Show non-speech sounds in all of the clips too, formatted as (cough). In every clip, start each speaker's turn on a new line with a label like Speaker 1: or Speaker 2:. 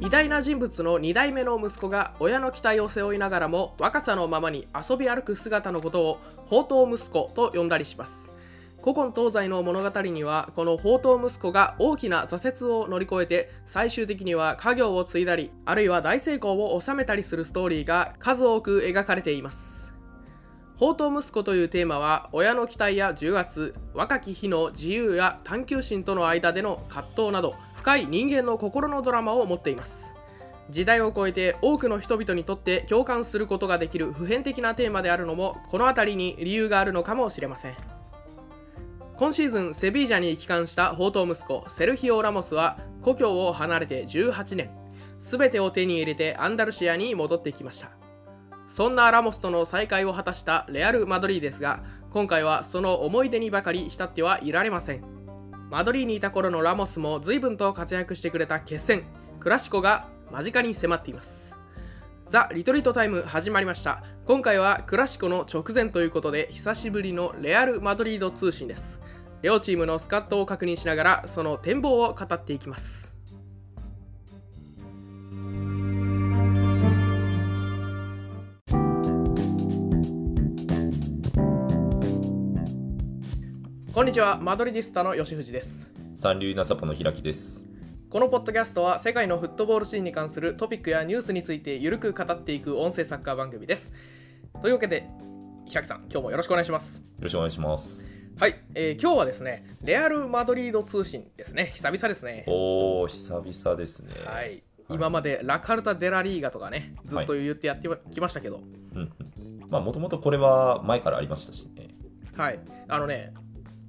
Speaker 1: 偉大な人物の2代目の息子が親の期待を背負いながらも若さのままに遊び歩く姿のことを宝刀息子と呼んだりします古今東西の物語にはこの宝刀息子が大きな挫折を乗り越えて最終的には家業を継いだりあるいは大成功を収めたりするストーリーが数多く描かれています宝刀息子というテーマは親の期待や重圧若き日の自由や探求心との間での葛藤など深い人間の心のドラマを持っています時代を超えて多くの人々にとって共感することができる普遍的なテーマであるのもこの辺りに理由があるのかもしれません今シーズンセビージャに帰還した宝刀息子セルヒオ・ラモスは故郷を離れて18年全てを手に入れてアンダルシアに戻ってきましたそんなラモスとの再会を果たしたレアル・マドリーですが今回はその思い出にばかり浸ってはいられませんマドリーにいた頃のラモスも随分と活躍してくれた決戦クラシコが間近に迫っていますザ・リトリートタイム始まりました今回はクラシコの直前ということで久しぶりのレアル・マドリード通信です両チームのスカットを確認しながらその展望を語っていきますこんにちはマドリディスタの吉藤です
Speaker 2: 三流稲ポの開きです。
Speaker 1: このポッドキャストは世界のフットボールシーンに関するトピックやニュースについてゆるく語っていく音声サッカー番組ですというわけで平木さん今日もよろしくお願いします
Speaker 2: よろしくお願いします。
Speaker 1: はい、えー今日はですねレアル・マドリード通信ですね久々ですね
Speaker 2: おお、久々ですね。
Speaker 1: はい、今までラカルタ・デラリーガとかねずっと言ってやってきましたけど、
Speaker 2: うんうん。まあ、もともとこれは前からありましたしね。
Speaker 1: はい、あのね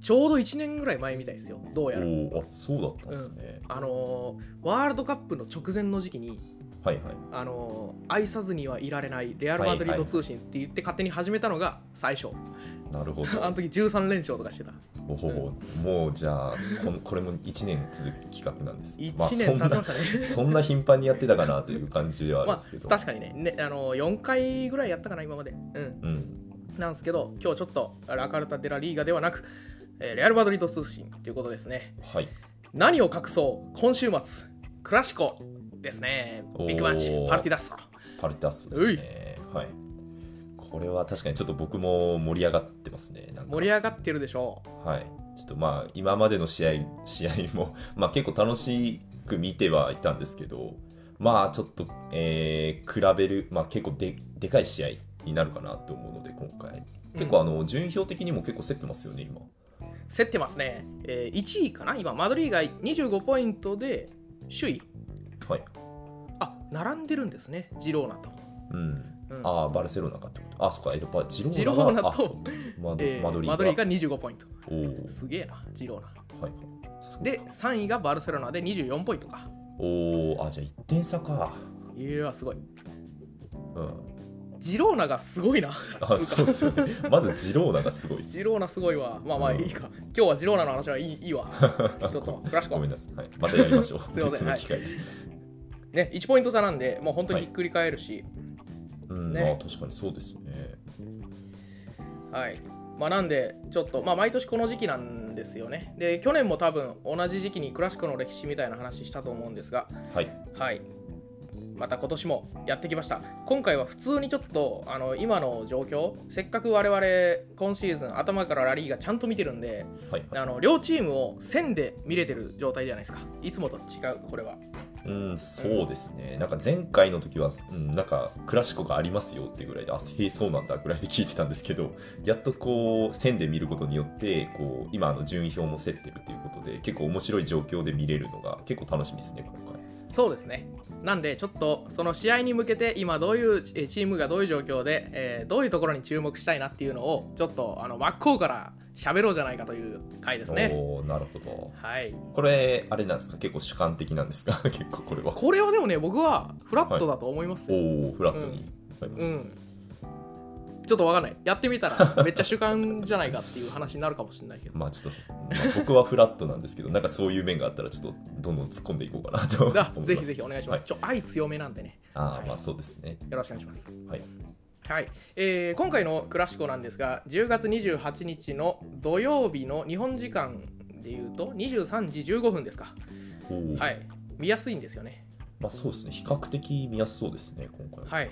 Speaker 1: ちょうど1年ぐらい前みたいですよどうやら
Speaker 2: おお、あ、そうだったんですね。
Speaker 1: あのーワールドカップの直前の時期に
Speaker 2: はいはい。
Speaker 1: あのー愛さずにはいられないレアル・マドリード通信って言って勝手に始めたのが最初、 (laughs)
Speaker 2: なるほ
Speaker 1: あの
Speaker 2: ど。
Speaker 1: 時13連勝とかしてた
Speaker 2: おお、もうじゃあ、こんこれも一年続く企画なんです。
Speaker 1: 1
Speaker 2: まあ、そ
Speaker 1: 年
Speaker 2: ん
Speaker 1: 経ちま
Speaker 2: な
Speaker 1: したね
Speaker 2: そんな頻繁にやってたかなという感じではある
Speaker 1: (laughs)
Speaker 2: ん
Speaker 1: ま
Speaker 2: ですけ
Speaker 1: あ
Speaker 2: ど。
Speaker 1: 確かにねねあのー4回ぐらいやったかな今までうん
Speaker 2: うん。
Speaker 1: なんですけど、今日ちょっとラカルタ・デラ・リーガではなく、えーレアル・マドリード通信ということですね。
Speaker 2: はい。
Speaker 1: 何を隠そう、今週末、クラシコですね。ビッグマッチ
Speaker 2: お、ー
Speaker 1: パルティダスト。
Speaker 2: パルタスですね。はい。これは確かにちょっと僕も盛り上がってますね。なんか
Speaker 1: 盛り上がってるでしょう。
Speaker 2: はい、ちょっとまあ今までの試合 (laughs) 試合も、 (laughs) まあ、結構楽しく見てはいたんですけど、まあちょっと、えー比べる、まあ、結構ででかい試合になるかなと思うので、今回。結構あの、順位表的にも結構競ってますよね、今。
Speaker 1: 競ってますね。え1位かな今、マドリーが25ポイントで首位。
Speaker 2: はい。
Speaker 1: あ、並んでるんですね、ジローナと。
Speaker 2: うん。
Speaker 1: うん
Speaker 2: ああ、バルセロナかってこと。あ、そっか、やっぱジロ
Speaker 1: ジ
Speaker 2: ーナ
Speaker 1: ロ
Speaker 2: が
Speaker 1: ーナと、
Speaker 2: あマド
Speaker 1: えー
Speaker 2: マドリー
Speaker 1: マドリーが25ポイント。
Speaker 2: おー
Speaker 1: すげえな、ジローナ。
Speaker 2: はい。すごい
Speaker 1: で、3位がバルセロナで24ポイントか。
Speaker 2: おおあ、じゃあ1点差か。
Speaker 1: いやー、すごい。
Speaker 2: うん。
Speaker 1: ジローナがすごい (laughs) な。
Speaker 2: あ、そうですよね。まずジローナがすご
Speaker 1: (laughs)
Speaker 2: い。
Speaker 1: ジローナすごいわ。まあまあ
Speaker 2: うん
Speaker 1: いいか。今日はジローナの話はいいいい
Speaker 2: (laughs)
Speaker 1: わ。ちょっと、クラシ
Speaker 2: ご
Speaker 1: コ
Speaker 2: めん。なさい。はい、またやりましょう。
Speaker 1: (laughs) すいません
Speaker 2: 別の機会に。
Speaker 1: ね、1ポイント差なんで、もう本当にひっくり返るし。
Speaker 2: うん、
Speaker 1: ね
Speaker 2: まあ確かにそうですね。
Speaker 1: はい。まあなんで、ちょっと、まあ毎年この時期なんですよね。で、去年も多分同じ時期にクラシコの歴史みたいな話したと思うんですが、
Speaker 2: はい。
Speaker 1: はい。また今年もやってきました。今回は普通にちょっと、あの、今の状況、せっかく我々、今シーズン頭からラリーがちゃんと見てるんで、
Speaker 2: はい、はい。
Speaker 1: あの両チームを線で見れてる状態じゃないですか。いつもと違う、これは。
Speaker 2: うん、そうですね。なんか前回の時は、うん、なんかクラシコがありますよってぐらいで、あ、へえ、そうなんだぐらいで聞いてたんですけど、やっとこう、線で見ることによって、こう、今あの順位表も競ってるっていうことで、結構面白い状況で見れるのが結構楽しみですね、今回。
Speaker 1: そうですね。なんで、ちょっとその試合に向けて、今、どういうえーチームがどういう状況で、えーどういうところに注目したいなっていうのを、ちょっとあの真っ向から喋ろうじゃないかという回ですね。
Speaker 2: おーなるほど。
Speaker 1: はい、
Speaker 2: これ、あれなんですか結構主観的なんですか (laughs) 結構これは。
Speaker 1: これはでもね、僕はフラットだと思います
Speaker 2: お
Speaker 1: よ。
Speaker 2: おフラットに。わかりま
Speaker 1: う
Speaker 2: した
Speaker 1: んちょっとわかんない。やってみたら、めっちゃ主観じゃないかっていう話になるかもしれないけど。
Speaker 2: まあちょっとす、まあ僕はフラットなんですけど、なんかそういう面があったら、ちょっとどんどん突っ込んでいこうかなと思いま
Speaker 1: だ
Speaker 2: す。
Speaker 1: ぜひぜひお願いします。
Speaker 2: は
Speaker 1: ちょ愛強めなんでね。
Speaker 2: ああ、まあそうですね。
Speaker 1: よろしくお願いします。
Speaker 2: はい。
Speaker 1: はいえー今回のクラシコなんですが10月28日の土曜日の日本時間でいうと23時15分ですか、
Speaker 2: おー
Speaker 1: はい、見やすいんですよね
Speaker 2: まあ、そうですね、比較的見やすそうですね、今回は。
Speaker 1: はい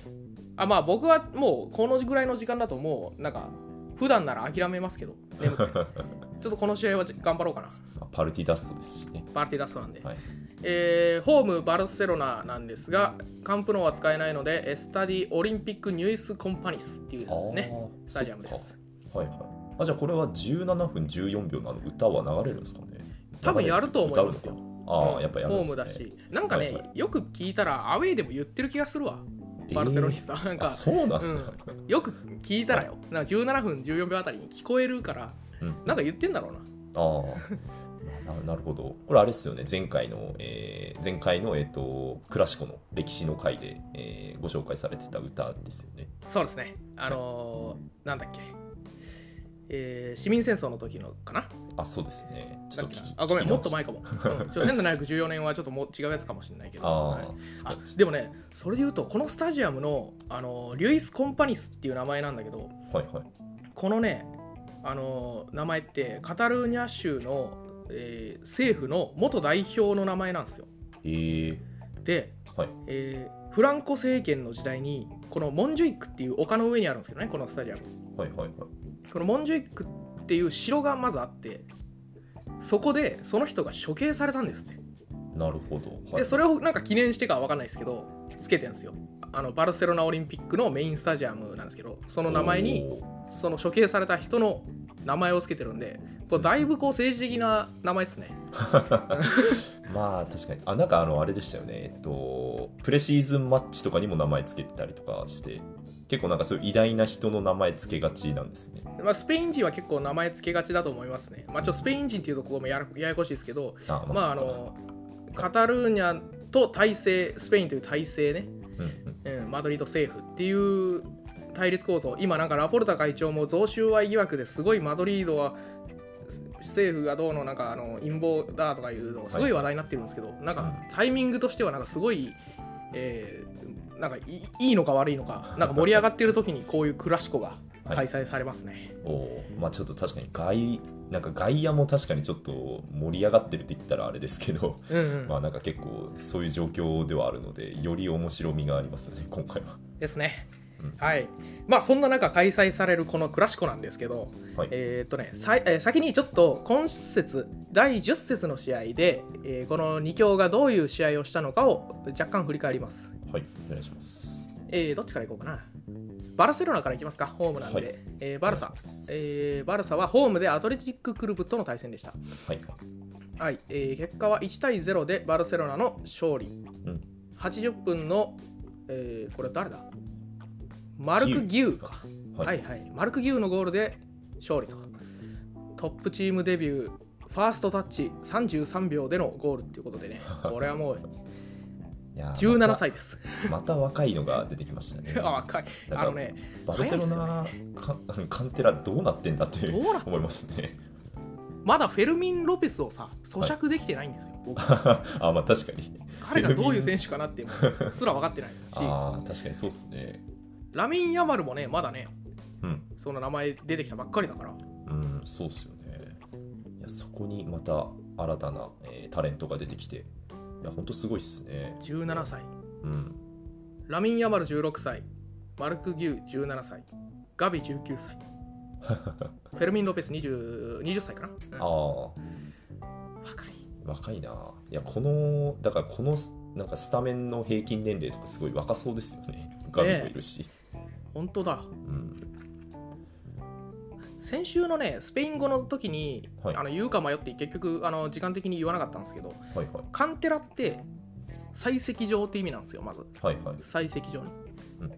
Speaker 1: あまあ僕はもうこのぐらいの時間だともうなんか普段なら諦めますけど眠くてちょっとこの試合は頑張ろうかな
Speaker 2: (laughs) まあパルティダストですしね。
Speaker 1: パルティダストなんで、
Speaker 2: はい
Speaker 1: えーホームバルセロナなんですがカンプノーは使えないのでエスタディオリンピックニュイスコンパニスってい
Speaker 2: あー
Speaker 1: うねスタジアムで。
Speaker 2: そ
Speaker 1: す
Speaker 2: っかはいはい。あじゃあこれは17分14秒のあの歌は流れるんですかね
Speaker 1: 多分やると思いますよ
Speaker 2: 歌うのかああ、やっぱやるん
Speaker 1: ホ
Speaker 2: で
Speaker 1: ー
Speaker 2: す、ね、
Speaker 1: ムだしなんかね、
Speaker 2: はいは
Speaker 1: よく聞いたらアウェイでも言ってる気がするわバルセロニスタ、なん
Speaker 2: あ
Speaker 1: か
Speaker 2: そうなんだ、
Speaker 1: うんよく聞いたらよなんか17分14秒あたりに聞こえるから、
Speaker 2: うん
Speaker 1: なんか言ってんだろうな
Speaker 2: ああ (laughs) ななるほどこれあれですよね前回の、えー前回の、えー、とクラシコの歴史の回で、えーご紹介されてた歌ですよね
Speaker 1: そうですねあのーなんだっけえー市民戦争の時のかな
Speaker 2: あそうですねち
Speaker 1: だ
Speaker 2: ょ
Speaker 1: っ
Speaker 2: っと
Speaker 1: け
Speaker 2: 聞
Speaker 1: な
Speaker 2: き
Speaker 1: あごめんもっと
Speaker 2: 聞き
Speaker 1: 前
Speaker 2: 直し
Speaker 1: かも、
Speaker 2: (laughs)
Speaker 1: うん、ちょ1714年はちょっともう違うやつかもしれないけど
Speaker 2: ああ、
Speaker 1: はい
Speaker 2: そ
Speaker 1: あ
Speaker 2: っか
Speaker 1: でもねそれで言うとこのスタジアムのあのリュイス・コンパニスっていう名前なんだけど
Speaker 2: はいはい
Speaker 1: このねあの名前ってカタルーニャ州の、えー政府の元代表の名前なんですよ
Speaker 2: えー、
Speaker 1: で、
Speaker 2: はい
Speaker 1: えーフランコ政権の時代にこのモンジュイックっていう丘の上にあるんですけどねこのスタジアム
Speaker 2: はいはいはい
Speaker 1: このモンジュイックっていう城がまずあってそこでその人が処刑されたんですって
Speaker 2: なるほど、はい、
Speaker 1: でそれをなんか記念してかは分かんないですけどつけてるんですよあのバルセロナオリンピックのメインスタジアムなんですけどその名前に
Speaker 2: おー
Speaker 1: その処刑された人の名前をつけてるんでこうだいぶこう政治的な名前ですね
Speaker 2: まあ確かにあなんかあのあれでしたよねえっとプレシーズンマッチとかにも名前つけてたりとかして結構なんかそういう偉大な人の名前つけがちなんですね
Speaker 1: まあ、スペイン人は結構名前つけがちだと思いますねまあちょっとスペイン人っていうところもやらややこしいですけど
Speaker 2: あ
Speaker 1: まああ
Speaker 2: そ
Speaker 1: の
Speaker 2: うか
Speaker 1: カタルーニャと体制スペインという体制ね、
Speaker 2: うんうん
Speaker 1: うん、マドリード政府っていう対立構造今なんかラポルタ会長も贈収賄疑惑ですごいマドリードは政府がどうのなんかあの陰謀だとかいうのがすごい話題になってるんですけど、なんかタイミングとしてはなんかすごい、えーなんかいいいのか悪いのかなんか盛り上がってる時にこういうクラシコが開催されますね、
Speaker 2: おーまあちょっと確かに外なんか外野も確かにちょっと盛り上がってるって言ったらあれですけど、
Speaker 1: うんうん
Speaker 2: まあなんか結構そういう状況ではあるのでより面白みがありますね今回は。
Speaker 1: ですね
Speaker 2: うん。
Speaker 1: はい、まあそんな中開催されるこのクラシコなんですけど、
Speaker 2: はい
Speaker 1: えーっとねさいえー先にちょっと今節第10節の試合で、えーこの2強がどういう試合をしたのかを若干振り返ります、
Speaker 2: はいお願いします。
Speaker 1: えーどっちからいこうかなバルセロナからいきますかホームなんで、
Speaker 2: はい
Speaker 1: えーバル
Speaker 2: お
Speaker 1: サ
Speaker 2: 願いします、
Speaker 1: えーバルサはホームでアトレティッククルブとの対戦でした、
Speaker 2: はい
Speaker 1: はいえー結果は1対0でバルセロナの勝利、
Speaker 2: ん
Speaker 1: 80分の、えーこれ誰だマルク・ギューか
Speaker 2: はい
Speaker 1: はいはい、マルク・ギウのゴールで勝利とトップチームデビューファーストタッチ33秒でのゴールっていうこと
Speaker 2: (laughs)
Speaker 1: でねこれはもう
Speaker 2: いやー
Speaker 1: 17歳
Speaker 2: (laughs)
Speaker 1: です
Speaker 2: またまた若いのが出てきましたね。
Speaker 1: (laughs) あ若い
Speaker 2: なんか
Speaker 1: あのね
Speaker 2: バルセロナ、かカンテラどうなってんだって
Speaker 1: どうなって
Speaker 2: 思いますね。 (laughs)
Speaker 1: まだフェルミン・ロペスをさ咀嚼できてないんですよ、僕
Speaker 2: あまあ確かに。
Speaker 1: 彼がどういう選手かなっていう
Speaker 2: (laughs)
Speaker 1: のすら分かってないし
Speaker 2: ああ確かにそうですね。
Speaker 1: ラミン・ヤマルもねまだね
Speaker 2: うん。
Speaker 1: その名前出てきたばっかりだから
Speaker 2: うん、そうっすよね。いや、そこにまた新たな、えータレントが出てきて、いや、ほんとすごいっすね。
Speaker 1: 17歳
Speaker 2: うん。
Speaker 1: ラミン・ヤマル16歳マルク・ギュー17歳ガビ19歳
Speaker 2: (laughs)
Speaker 1: フェルミン・ロペス 20, 20歳かな、うん
Speaker 2: ああ、
Speaker 1: 若い
Speaker 2: 若いな。いや、この、だからこのス、なんかスタメンの平均年齢とかすごい若そうですよね。ガビもいるし。
Speaker 1: 本当だ
Speaker 2: うん。
Speaker 1: 先週のねスペイン語の時に、
Speaker 2: はい
Speaker 1: あの言うか迷って結局あの時間的に言わなかったんですけど
Speaker 2: はいはい。
Speaker 1: カンテラって採石場って意味なんですよまず
Speaker 2: はいはい。
Speaker 1: 採石場ね、
Speaker 2: うん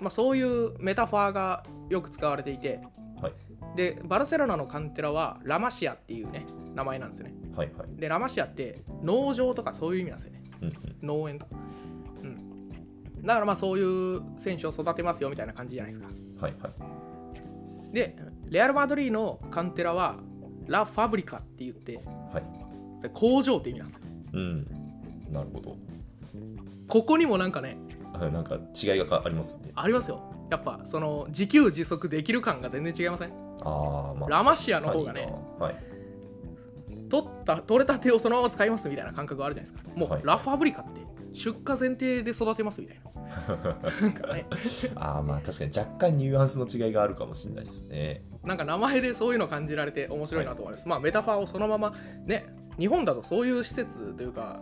Speaker 1: まあ、そういうメタファーがよく使われていて、
Speaker 2: はい
Speaker 1: でバルセロナのカンテラはラマシアっていうね名前なんですよね
Speaker 2: はいはい。
Speaker 1: でラマシアって農場とかそういう意味なんですよね
Speaker 2: うんうん。
Speaker 1: 農園とか、うん、だからまあそういう選手を育てますよみたいな感じじゃないですか
Speaker 2: はいはい。
Speaker 1: でレアル・マドリーのカンテラはラ・ファブリカって言って
Speaker 2: はい。
Speaker 1: それ工場って意味なんですよ
Speaker 2: うん。なるほど。
Speaker 1: ここにもなんかね
Speaker 2: あなんか違いがかありますね。
Speaker 1: ありますよやっぱその自給自足できる感が全然違いません
Speaker 2: ああ、まあ。
Speaker 1: ラマシアの方がね
Speaker 2: はい。
Speaker 1: 取った取れた手をそのまま使いますみたいな感覚があるじゃないですかも
Speaker 2: はいう
Speaker 1: ラファブリカって出荷前提で育てますみたい
Speaker 2: (laughs)
Speaker 1: ななんかね
Speaker 2: ああまあ確かに若干ニュアンスの違いがあるかもしれないですね。
Speaker 1: なんか名前でそういうの感じられて面白いなと思います、まあメタファーをそのままね日本だとそういう施設というか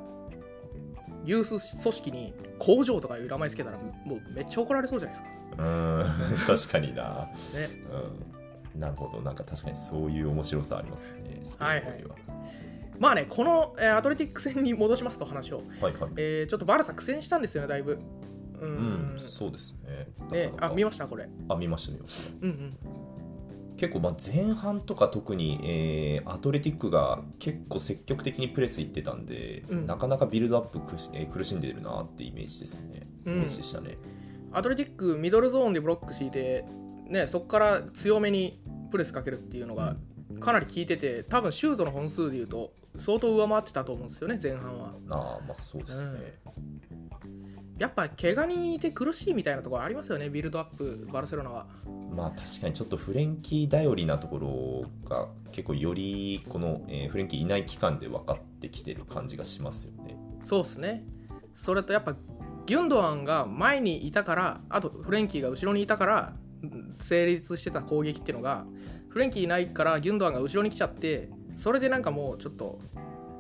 Speaker 1: ユース組織に工場とかいう名前つけたらもうめっちゃ怒られそうじゃないで
Speaker 2: うーん確かにな。
Speaker 1: すかね
Speaker 2: うん、なるほどなんか確かにそういう面白さありますね。スペインの方では
Speaker 1: まあねこの、えーアトレティック戦に戻しますと話を、
Speaker 2: はいはい。
Speaker 1: えーちょっとバルサ苦戦したんですよねだいぶう
Speaker 2: うんん、そうですね。
Speaker 1: ね
Speaker 2: なかな
Speaker 1: あ
Speaker 2: か
Speaker 1: 見ましたこれ
Speaker 2: あ見ました見ました。
Speaker 1: うんうん
Speaker 2: 結構まあ前半とか特に、えーアトレティックが結構積極的にプレスいってたんで、
Speaker 1: うん
Speaker 2: なかなかビルドアップ苦し,、えー苦しんでるなってイメージですね。
Speaker 1: うん
Speaker 2: イメージでしたね。
Speaker 1: アトレティックミドルゾーンでブロック敷いて、ね、そこから強めにプレスかけるっていうのがかなり効いてて多分シュートの本数でいうと相当上回ってたと思うんですよね前半は
Speaker 2: ああまあそうですね。
Speaker 1: やっぱ怪我にいて苦しいみたいなところありますよねビルドアップバルセロナは
Speaker 2: まあ確かにちょっとフレンキー頼りなところが結構よりこの、えーフレンキーいない期間で分かってきてる感じがしますよね。
Speaker 1: そうですねそれとやっぱギュンドアンが前にいたからあとフレンキーが後ろにいたからうん成立してた攻撃っていうのがフレンキーいないからギュンドアンが後ろに来ちゃってそれでなんかもうちょっと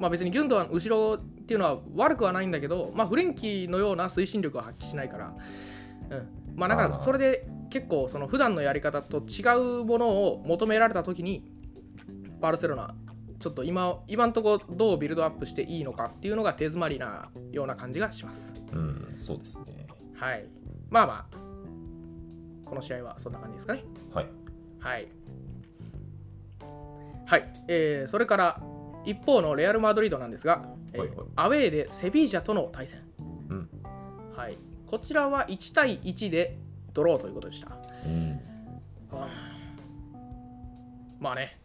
Speaker 1: まあ別にギュンドアン後ろっていうのは悪くはないんだけどまあフレンキーのような推進力は発揮しないから、うん、まあだか
Speaker 2: あ
Speaker 1: ら
Speaker 2: ー
Speaker 1: それで結構その普段のやり方と違うものを求められた時にバルセロナちょっと今今んとこどうビルドアップしていいのかっていうのが手詰まりなような感じがします
Speaker 2: うんそうですね。
Speaker 1: はいまあまあこの試合はそんな感じですかね
Speaker 2: はい。
Speaker 1: はいはい、えーそれから一方のレアル・マドリードなんですが、えー
Speaker 2: はいはい
Speaker 1: アウェーでセビージャとの対戦、
Speaker 2: うん
Speaker 1: はい、こちらは1対1でドローということでした
Speaker 2: うん、
Speaker 1: まあね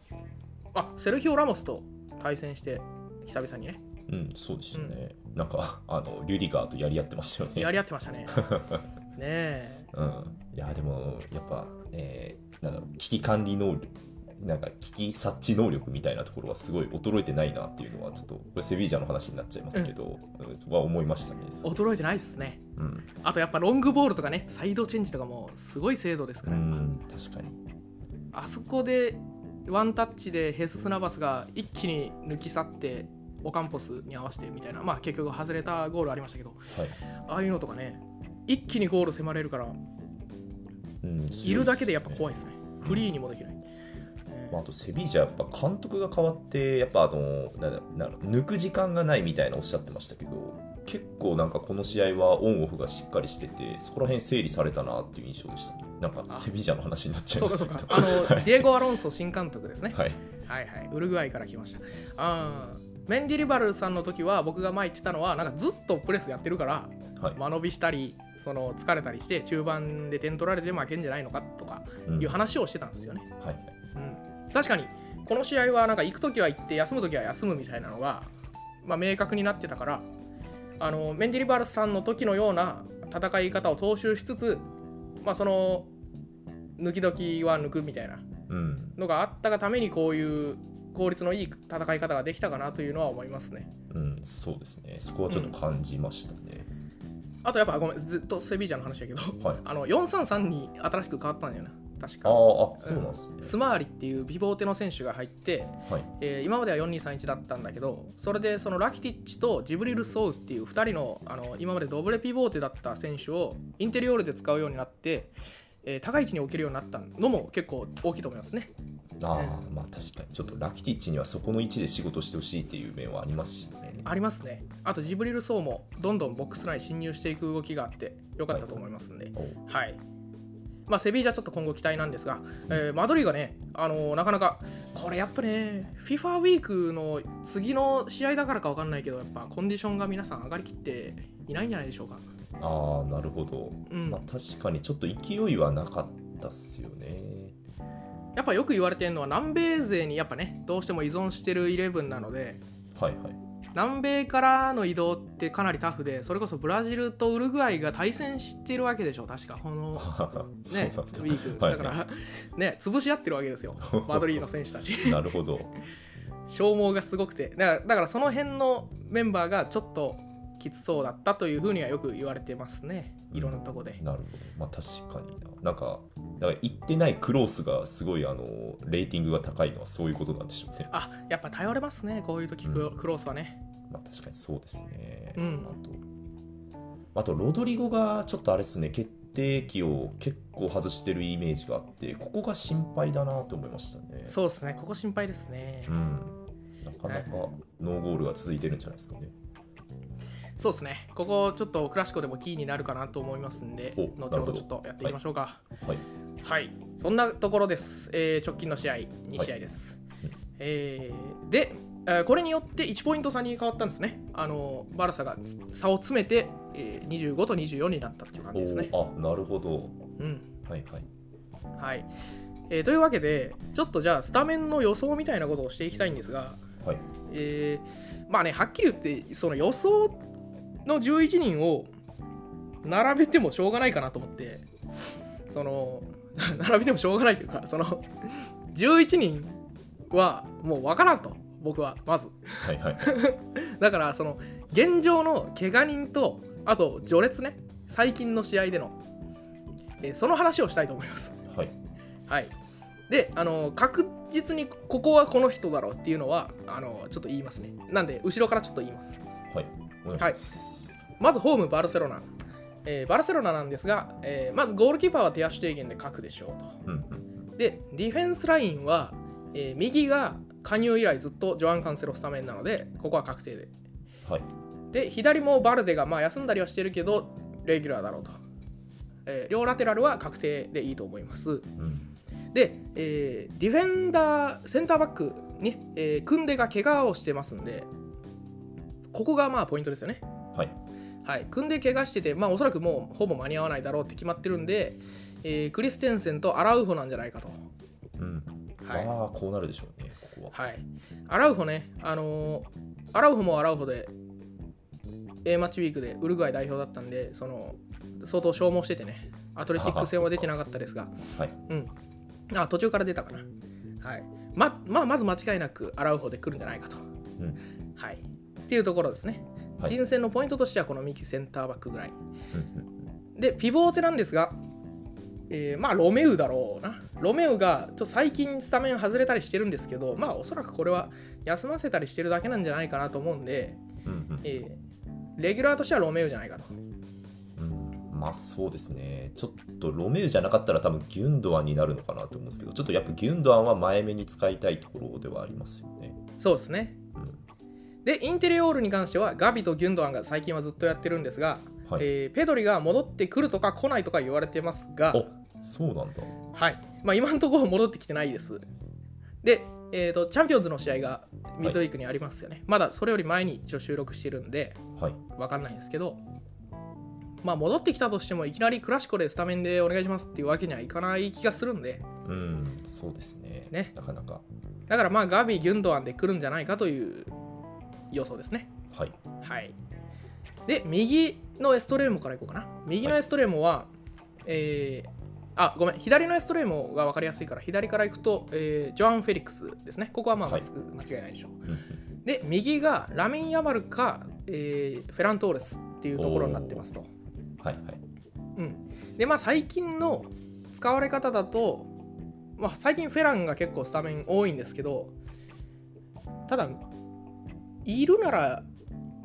Speaker 1: あセルヒオ・ラモスと対戦して久々にね
Speaker 2: うん、そうですよね。なんかあのリュディガーとやり合ってましたよね。
Speaker 1: やり合ってま
Speaker 2: (laughs)
Speaker 1: したね。ねえ。
Speaker 2: うん、いやでもやっぱ、えーなんだろう危機管理能力なんか危機察知能力みたいなところはすごい衰えてないなっていうのはちょっとこれセビージャの話になっちゃいますけど、うんは思いましたね。
Speaker 1: 驚いてないっすね。
Speaker 2: うん、
Speaker 1: あとやっぱロングボールとかね、サイドチェンジとかもすごい精度ですか
Speaker 2: う
Speaker 1: ら、やっ
Speaker 2: ん確かに。
Speaker 1: ぱあそこでワンタッチでヘス・スナバスが一気に抜き去って、オカンポスに合わせてみたいな、まあ結局外れたゴールありましたけど、
Speaker 2: はい。
Speaker 1: ああいうのとかね、一気にゴール迫れるから、
Speaker 2: うん、
Speaker 1: いるだけでやっぱ
Speaker 2: い。
Speaker 1: 怖いっすね。フリーにもできない。え
Speaker 2: まあ、あとセビージャやっぱ監督が変わってやっぱあのなんだなんだろう抜く時間がないみたいなおっしゃってましたけど結構なんかこの試合はオンオフがしっかりしててそこら辺整理されたなっていう印象でしたねなんか
Speaker 1: あ
Speaker 2: セビージャの話になっちゃい
Speaker 1: そう
Speaker 2: ま
Speaker 1: か
Speaker 2: す
Speaker 1: そ
Speaker 2: け
Speaker 1: う
Speaker 2: (laughs) ど
Speaker 1: か、あの、ディエゴ・アロンソ新監督ですね。
Speaker 2: はい
Speaker 1: はいはい、ウルグアイから来ました。あーメンディリバルさんの時は僕が前言ってたのはなんかずっとプレスやってるから
Speaker 2: はい、
Speaker 1: 間延びしたりその疲れたりして中盤で点取られて負けんじゃないのかとか
Speaker 2: うん
Speaker 1: いう話をしてたんですよね。
Speaker 2: はいはい、
Speaker 1: うん、確かにこの試合はなんか行く時は行って休む時は休むみたいなのが、まあ、明確になってたからあのメンディリバルさんの時のような戦い方を踏襲しつつ、まあ、その抜き時は抜くみたいな
Speaker 2: うん
Speaker 1: のがあったがためにこういう効率のいい戦い方ができたかなというのは思いますね。
Speaker 2: うん、そうですねそこはちょっと感じましたね、
Speaker 1: あとやっぱごめんずっとセビージャの話だけど
Speaker 2: はい
Speaker 1: あの433に新しく変わったんだよな確
Speaker 2: あ
Speaker 1: か
Speaker 2: ーあそうなんですね、
Speaker 1: スマーリっていうビボーテの選手が入って、
Speaker 2: はい
Speaker 1: えー今までは4231だったんだけどそれでそのラキティッチとジブリル・ソウっていう2人のあの今までドブレピボーテだった選手をインテリオールで使うようになって、えー高い位置に置けるようになったのも結構大きいと思いますね。
Speaker 2: ああまあ確かにちょっとラキティッチにはそこの位置で仕事してほしいっていう面はありますしね
Speaker 1: ありますね。あとジブリル・ソウもどんどんボックス内侵入していく動きがあって良かったと思いますんで。
Speaker 2: お
Speaker 1: はい。まあ、セビージャちょっと今後期待なんですが、えーマドリーがね、あのーなかなか、これやっぱね、FIFA ウィークの次の試合だからかわかんないけど、やっぱコンディションが皆さん上がりきっていないんじゃないでしょうか。
Speaker 2: ああなるほど、
Speaker 1: うん
Speaker 2: まあ、確かにちょっと勢いはなかったっすよね
Speaker 1: やっぱよく言われてるのは、南米勢にやっぱね、どうしても依存してるイレブンなので、
Speaker 2: はいはい (laughs)
Speaker 1: 南米からの移動ってかなりタフで、それこそブラジルとウルグアイが対戦してるわけでしょ、確か、この
Speaker 2: (laughs) そう
Speaker 1: ね、ウ
Speaker 2: なんだ
Speaker 1: ィーク。
Speaker 2: はい
Speaker 1: だ
Speaker 2: (laughs)
Speaker 1: から、ね、潰し合ってるわけですよ、マドリーの選手たち。
Speaker 2: なるほど
Speaker 1: 消耗がすごくてだからだからその辺のメンバーがちょっときつそうだったというふうにはよく言われてますねいろんなとこで、
Speaker 2: なるほど。まあ確かにな。なんか、だから行ってないクロースがすごい、あの、レーティングが高いのはそういうことなんでしょうね。 (laughs)
Speaker 1: あやっぱ頼れますねこういう時クロ
Speaker 2: うん
Speaker 1: クロースはね
Speaker 2: まあ確かにそうですね。
Speaker 1: うん
Speaker 2: あと、あとロドリゴがちょっとあれですね、決定機を結構外してるイメージがあって、ここが心配だなと思いましたね。
Speaker 1: そうですねここ心配ですね、
Speaker 2: うん。なかなかノーゴールが続いてるんじゃないですかね。
Speaker 1: そうですねここちょっとクラシコでもキーになるかなと思いますんで
Speaker 2: お
Speaker 1: 後
Speaker 2: なる
Speaker 1: ほ
Speaker 2: ほ
Speaker 1: ど
Speaker 2: ど
Speaker 1: ちょっとやっていきましょうか、
Speaker 2: はい。
Speaker 1: はい、そんなところです。えー直近の試合、2試合です。
Speaker 2: うん
Speaker 1: えーで、えーこれによって1ポイント差に変わったんですね。あのバルサが差を詰めて、えー25と24になったという感じですね。
Speaker 2: おあ、なるほど。
Speaker 1: うん
Speaker 2: はいはい。
Speaker 1: はいえーというわけで、ちょっとじゃあスタメンの予想みたいなことをしていきたいんですが、
Speaker 2: はい。
Speaker 1: えーまあね、はっきり言って、その予想の11人を並べてもしょうがないかなと思って、その、 (laughs) 並べてもしょうがないというか、その、11人はもうわからんと、僕は、まず。
Speaker 2: はいはい。
Speaker 1: だから、その、現状の怪我人と、あと、序列ね、最近の試合での、えーその話をしたいと思います。
Speaker 2: はい。
Speaker 1: はい。で、あの確実にここはこの人だろうっていうのはあのちょっと言いますね。なんで、後ろからちょっと言います。
Speaker 2: はい。お願いします。
Speaker 1: まずホームバルセロナ。えーバルセロナなんですが、えーまずゴールキーパーは手足低減で確でしょう
Speaker 2: うんうん。
Speaker 1: と。で、ディフェンスラインは、えー右が加入以来ずっとジョアン・カンセロスタメンなので、ここは確定で。
Speaker 2: はい。
Speaker 1: で、左もバルデが、まあ、休んだりはしてるけど、レギュラーだろうと。えー両ラテラルは確定でいいと思います。
Speaker 2: うん。
Speaker 1: で、えーディフェンダー、センターバックに、えークンデが怪我をしてますんで、ここがまあポイントですよね。
Speaker 2: はい。
Speaker 1: はい、組んで怪我してて、まあ、おそらくもうほぼ間に合わないだろうって決まってるんで、えークリステンセンとアラウホなんじゃないかと。
Speaker 2: うん。
Speaker 1: はい
Speaker 2: まあこうなるでしょうね、ここは。
Speaker 1: はい、アラウホね、あのーアラウホもアラウホで A マッチウィークでウルグアイ代表だったんでその相当消耗しててねアトレティック戦は出てなかった
Speaker 2: (laughs)
Speaker 1: ですが
Speaker 2: はい。
Speaker 1: あ途中から出たかな、はいままあ、まず間違いなくアラウホで来るんじゃないかと、
Speaker 2: うん
Speaker 1: はい、っていうところですね、
Speaker 2: はい
Speaker 1: 人選のポイントとしてはこの右センターバックぐらい
Speaker 2: うんうん
Speaker 1: でピボーテなんですが、えーまあロメウだろうなロメウがちょっと最近スタメン外れたりしてるんですけどまあおそらくこれは休ませたりしてるだけなんじゃないかなと思うんで、
Speaker 2: うん
Speaker 1: えーレギュラーとしてはロメウじゃないかと
Speaker 2: うんうんまあそうですね、ちょっとロメウじゃなかったら多分ギュンドアンになるのかなと思うんですけど、ちょっとやっぱギュンドアンは前目に使いたいところではありますよね。
Speaker 1: そうですね
Speaker 2: うん
Speaker 1: でインテリオールに関してはガビとギュンドアンが最近はずっとやってるんですが、
Speaker 2: はい
Speaker 1: えーペドリが戻ってくるとか来ないとか言われてますが
Speaker 2: おそうなんだ。
Speaker 1: はい、まあ、今のところ戻ってきてないです。で、えー、とチャンピオンズの試合がミッドウィークにありますよね。まだそれより前に一応収録してるんで
Speaker 2: はい。
Speaker 1: 分かんないんですけど、まあ、戻ってきたとしてもいきなりクラシコでスタメンでお願いしますっていうわけにはいかない気がするんで、
Speaker 2: うん、そうですね。
Speaker 1: ね
Speaker 2: なかなか。
Speaker 1: だからまあガビ、ギュンドアンで来るんじゃないかという予想ですね。
Speaker 2: はい。
Speaker 1: はい、で、右のエストレーモからいこうかな。右のエストレーモは、えーあごめん左のエストレーモが分かりやすいから左から行くと、えージョアン・フェリックスですね。ここはまあ
Speaker 2: はい
Speaker 1: まず間違いないでしょう。
Speaker 2: うんうん
Speaker 1: で、右がラミン・ヤマルか、えーフェラントーレスっていうところになってますと。
Speaker 2: はいはい。
Speaker 1: うん、で、まあ最近の使われ方だと、まあ、最近フェランが結構スタメン多いんですけど、ただ、いるなら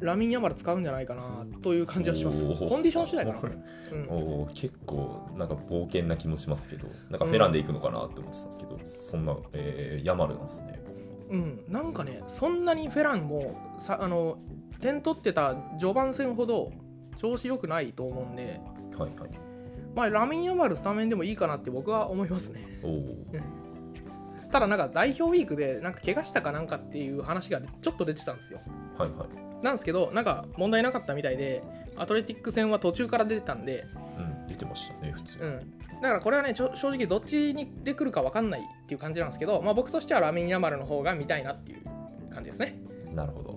Speaker 1: ラミン・ヤマル使うんじゃないかなという感じはします。
Speaker 2: おー
Speaker 1: コンディション次第かな。うん
Speaker 2: おー結構なんか冒険な気もしますけど、なんかフェランで行くのかなって思ってたんですけど、そんな、えー、ヤマルなんですね。
Speaker 1: うん、なんかね、そんなにフェランもさあの点取ってた序盤戦ほど調子良くないと思うんで、
Speaker 2: はいはい。
Speaker 1: まあ、ラミン・ヤマルスタメンでもいいかなって僕は思いますね。
Speaker 2: おお。
Speaker 1: ただ、なんか代表ウィークでなんか怪我したかなんかっていう話がちょっと出てたんですよ。
Speaker 2: はいはい。
Speaker 1: なんですけど、なんか問題なかったみたいで、アトレティック戦は途中から出てたんで、
Speaker 2: うん、出てましたね、普通。
Speaker 1: うん、だからこれはね、ちょ正直どっちにでくるか分かんないっていう感じなんですけど、まあ、僕としてはラミン・ヤマルの方が見たいなっていう感じですね。
Speaker 2: なるほど。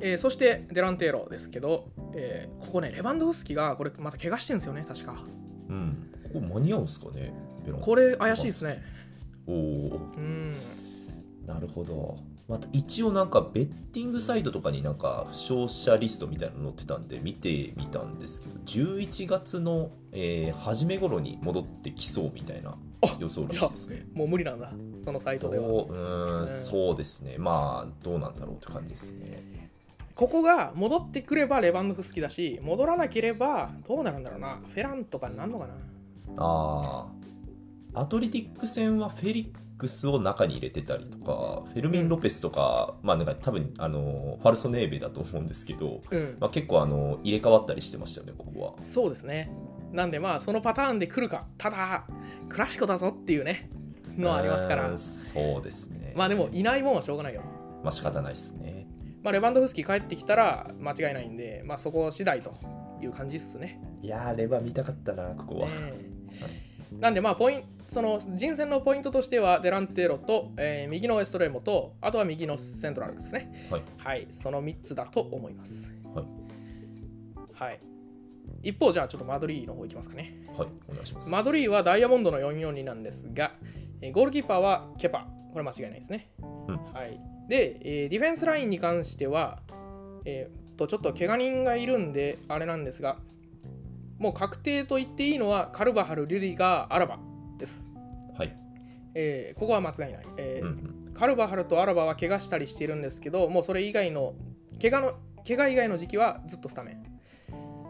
Speaker 1: えーそしてデランテーロですけど、えーここねレバンドフスキがこれまた怪我してるんですよね確か
Speaker 2: うん。ここ間に合うんですかね、ベロン
Speaker 1: これ怪しいですね。
Speaker 2: おお。
Speaker 1: うん
Speaker 2: なるほど。また一応なんかベッティングサイトとかになんか負傷者リストみたいなの載ってたんで見てみたんですけど、11月の、えー初め頃に戻ってきそうみたいな
Speaker 1: あ
Speaker 2: 予想らしいですね。
Speaker 1: もう無理なんだそのサイトでは
Speaker 2: どううー
Speaker 1: うんん
Speaker 2: そうですね。まあどうなんだろうって感じですね。
Speaker 1: ここが戻ってくればレバンドフスキだし戻らなければどうなるんだろうなフェランとかになんのかな
Speaker 2: ああ、アトリティック戦はフェリックスを中に入れてたりとか、フェルミン・ロペスとか、まあなんか多分あのファルソネーベだと思うんですけど、
Speaker 1: うん
Speaker 2: まあ、結構あの入れ替わったりしてましたよね、ここは。
Speaker 1: そうですねなんでまあそのパターンで来るかただクラシコだぞっていうねのはありますか
Speaker 2: うー
Speaker 1: ら
Speaker 2: んそうですね。
Speaker 1: まあでもいないもんはしょうがないよ
Speaker 2: まあ仕方ないですね。
Speaker 1: まあレバンドフスキ帰ってきたら間違いないんでまあそこ次第という感じっすね
Speaker 2: いやー、レバー見たかったな、ここは。
Speaker 1: ねえなんでまあポインその人選のポイントとしてはデランテーロと、えー右のエストレーモとあとは右のセントラルですね
Speaker 2: はい、
Speaker 1: その3つだと思います
Speaker 2: はい、
Speaker 1: はい一方じゃあちょっとマドリーの方いきますかね
Speaker 2: はい、お願いします。
Speaker 1: マドリーはダイヤモンドの442なんですが、えーゴールキーパーはケパ、これ間違いないですね。
Speaker 2: うん
Speaker 1: はい、で、えーディフェンスラインに関しては、えーっとちょっと怪我人がいるんで、あれなんですが、もう確定と言っていいのは、カルバハル、リュリガー、アラバです。
Speaker 2: はい。
Speaker 1: えーここは間違いない、え
Speaker 2: う
Speaker 1: ー
Speaker 2: んうん。
Speaker 1: カルバハルとアラバは怪我したりしてるんですけど、もうそれ以外の、怪我の怪我以外の時期はずっとスタメン。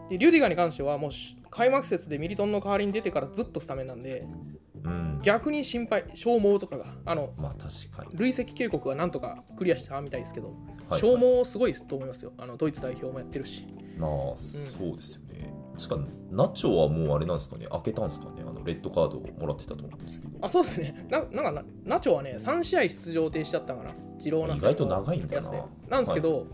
Speaker 1: でリュディガーに関しては、もうし開幕節でミリトンの代わりに出てからずっとスタメンなんで、
Speaker 2: うん、
Speaker 1: 逆に心配、消耗とかが、あの、
Speaker 2: まあ確かに。
Speaker 1: 累積警告はなんとかクリアしたみたいですけど、
Speaker 2: はい
Speaker 1: 消耗すごいと思いますよ、あのドイツ代表もやってるし。
Speaker 2: まあ、そうですよね。確か、ナチョはもうあれなんですかね、開けたんですかね、あのレッドカードをもらってたと思うんですけど。
Speaker 1: あ、そうですね、ななんかな、ナチョはね、3試合出場停止だったから、治療な
Speaker 2: 意外と長いんだ
Speaker 1: や
Speaker 2: な
Speaker 1: つで。なんですけど、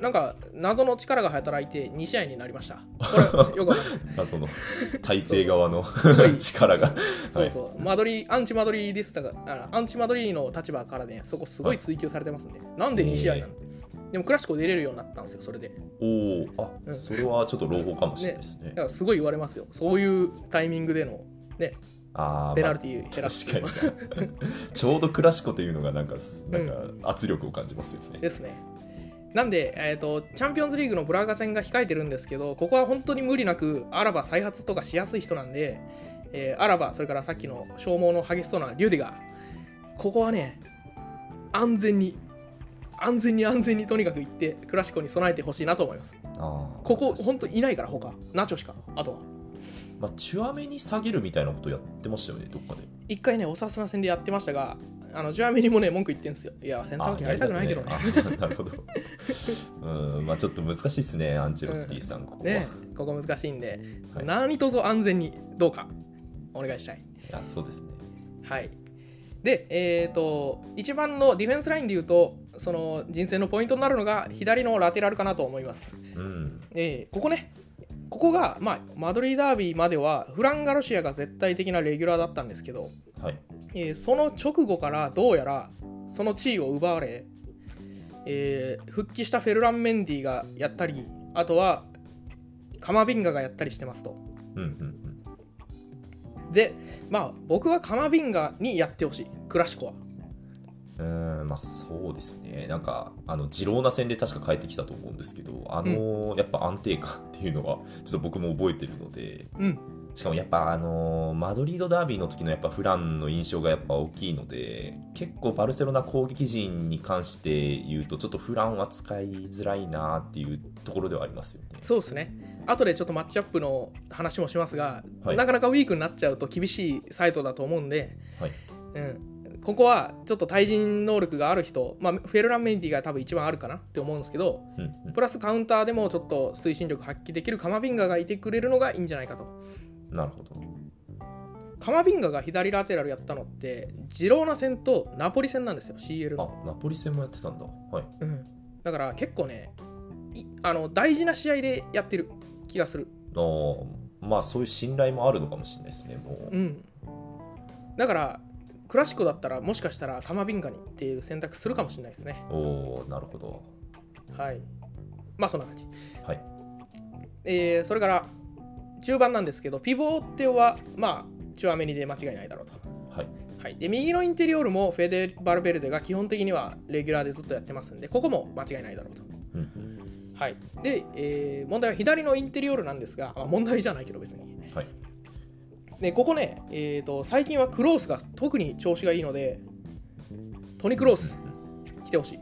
Speaker 1: なんか謎の力が働いて2試合になりました。
Speaker 2: (laughs)
Speaker 1: これ、よくわかんないです。
Speaker 2: あその、 (laughs) 体制側の
Speaker 1: ごい
Speaker 2: 力が。
Speaker 1: そ
Speaker 2: は
Speaker 1: う
Speaker 2: い。
Speaker 1: そう、マドリーアンチマドリーでしたが、あアンチマドリーの立場からね、そこすごい追求されてますんで、なんで2試合なの、でもクラシコ出れるようになったんですよ、それで。
Speaker 2: おお、あ、
Speaker 1: うん
Speaker 2: それはちょっと朗報かもしれないですね。
Speaker 1: だからすごい言われますよ、そういうタイミングでの、ね、
Speaker 2: ああ、
Speaker 1: ペナ
Speaker 2: まあ
Speaker 1: ルティー減らすってい
Speaker 2: 確
Speaker 1: うのは
Speaker 2: かにな (laughs) ちょうどクラシコというのがなんかすなんか圧力を感じますよね。
Speaker 1: ですね。なんで、えーと、チャンピオンズリーグのブラガ戦が控えてるんですけど、ここは本当に無理なく、アラバ再発とかしやすい人なんで、えーアラバ、それからさっきの消耗の激しそうなリュディガー、ここはね、安全に、安全に安全にとにかく行って、クラシコに備えてほしいなと思います。
Speaker 2: あー
Speaker 1: ここ、本当いないから、他ナチョしか、あとは。
Speaker 2: まあ、チュアメに下げるみたいなことやってましたよね、どっかで。
Speaker 1: 一回ね、おさすな戦でやってましたが、あのジュアメにもね、文句言ってんすよ。いや、センターバックやりたくないけどね。
Speaker 2: あ (laughs) なるほど。うん、まあちょっと難しいですね、アンチェロッティさん、ここは。
Speaker 1: ね、ここ難しいんで、
Speaker 2: はい
Speaker 1: 何とぞ安全にどうかお願いしたい。
Speaker 2: いや、そうですね。
Speaker 1: はい、で、えー、と一番のディフェンスラインでいうとその人生のポイントになるのが左のラテラルかなと思います。
Speaker 2: うん。
Speaker 1: えーここねここが、まあ、マドリーダービーまではフラン・ガロシアが絶対的なレギュラーだったんですけど、
Speaker 2: はい。
Speaker 1: えーその直後からどうやらその地位を奪われ、えー復帰したフェルラン・メンディがやったりあとはカマビンガがやったりしてますと。
Speaker 2: うんうん
Speaker 1: でまあ僕はカマビンガにやってほしいクラシコは
Speaker 2: うん。うん、まあそうですね。なんか、あの、ジローナ戦で確か帰ってきたと思うんですけど、あのーやっぱ安定感っていうのは、ちょっと僕も覚えてるので、
Speaker 1: うん
Speaker 2: しかもやっぱあのーマドリードダービーの時のやっぱフランの印象がやっぱ大きいので結構バルセロナ攻撃陣に関して言うとちょっとフランは使いづらいなっていうところではありますよね。
Speaker 1: そうですね後でちょっとマッチアップの話もしますが、
Speaker 2: はい
Speaker 1: なかなかウィークになっちゃうと厳しいサイトだと思うんで、
Speaker 2: はい
Speaker 1: うん、ここはちょっと対人能力がある人、まあ、フェルラン・メンディが多分一番あるかなって思うんですけど
Speaker 2: うんうん
Speaker 1: プラスカウンターでもちょっと推進力発揮できるカマビンガがいてくれるのがいいんじゃないかと
Speaker 2: なるほど。
Speaker 1: カマビンガが左ラテラルやったのってジローナ戦とナポリ戦なんですよ CL の
Speaker 2: あナポリ戦もやってたんだ。はい。
Speaker 1: うん、だから結構ねいあの大事な試合でやってる気がする、
Speaker 2: あーまあそういう信頼もあるのかもしれないですね。もう、
Speaker 1: うん、だからクラシコだったらもしかしたらカマビンガにっていう選択するかもしれないですね
Speaker 2: おーなるほど。
Speaker 1: はいまあそんな感じ、
Speaker 2: はい。
Speaker 1: えーそれから中盤なんですけどピボテはまあチュアメニで間違いないだろうと
Speaker 2: はい。
Speaker 1: はい、で右のインテリオールもフェデバルベルデが基本的にはレギュラーでずっとやってますんでここも間違いないだろうと。
Speaker 2: うん
Speaker 1: はい、で、えー問題は左のインテリオールなんですが、まあ、問題じゃないけど別に。
Speaker 2: はい
Speaker 1: でここね、えーと、最近はクロースが特に調子がいいのでトニー・クロース来てほしい。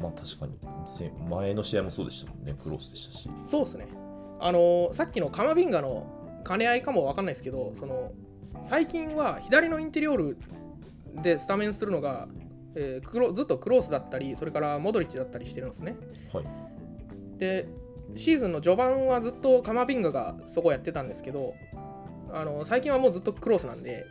Speaker 2: まあ確かにせ前の試合もそうでしたもんねクロスでしたし
Speaker 1: そうですね。あのーさっきのカマビンガの兼ね合いかもわかんないですけど、その最近は左のインテリオールでスタメンするのが、えークロずっとクロースだったり、それからモドリッチだったりしてるんですね。
Speaker 2: はい
Speaker 1: で、シーズンの序盤はずっとカマビンガがそこやってたんですけど、あのー最近はもうずっとクロースなんで、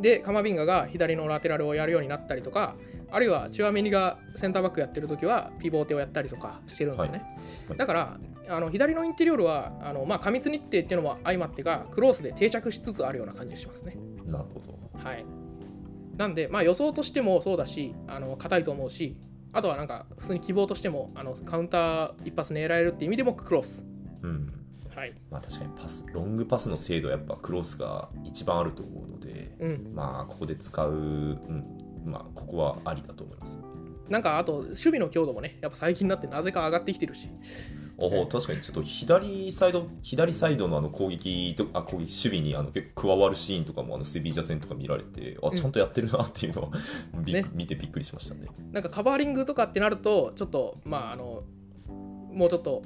Speaker 1: で、カマビンガが左のラテラルをやるようになったりとか、あるいはチュアメニがセンターバックやってる時はピボーテをやったりとかしてるんですよね。
Speaker 2: はい
Speaker 1: だからあの左のインテリオールはあの、まあ、過密日程っていうのも相まってがクロースで定着しつつあるような感じがしますね。
Speaker 2: なるほど
Speaker 1: はい、なんで、まあ、予想としてもそうだしあの硬いと思うしあとはなんか普通に希望としてもあのカウンター一発狙えるって意味でもクロース。
Speaker 2: うん
Speaker 1: はい
Speaker 2: まあ確かにパスロングパスの精度はやっぱクロスが一番あると思うので
Speaker 1: うん、
Speaker 2: まあここで使う、うん、まあここはありだと思います
Speaker 1: なんかあと守備の強度もねやっぱ最近になってなぜか上がってきてるし
Speaker 2: おお確かにちょっと左サイド左サイドのあの攻撃とあ攻撃守備にあの結構加わるシーンとかもあのセビージャ戦とか見られてあ
Speaker 1: うん
Speaker 2: ちゃんとやってるなっていうのは、びっ
Speaker 1: ね
Speaker 2: 見てびっくりしましたね。
Speaker 1: なんかカバーリングとかってなるとちょっとまああのもうちょっと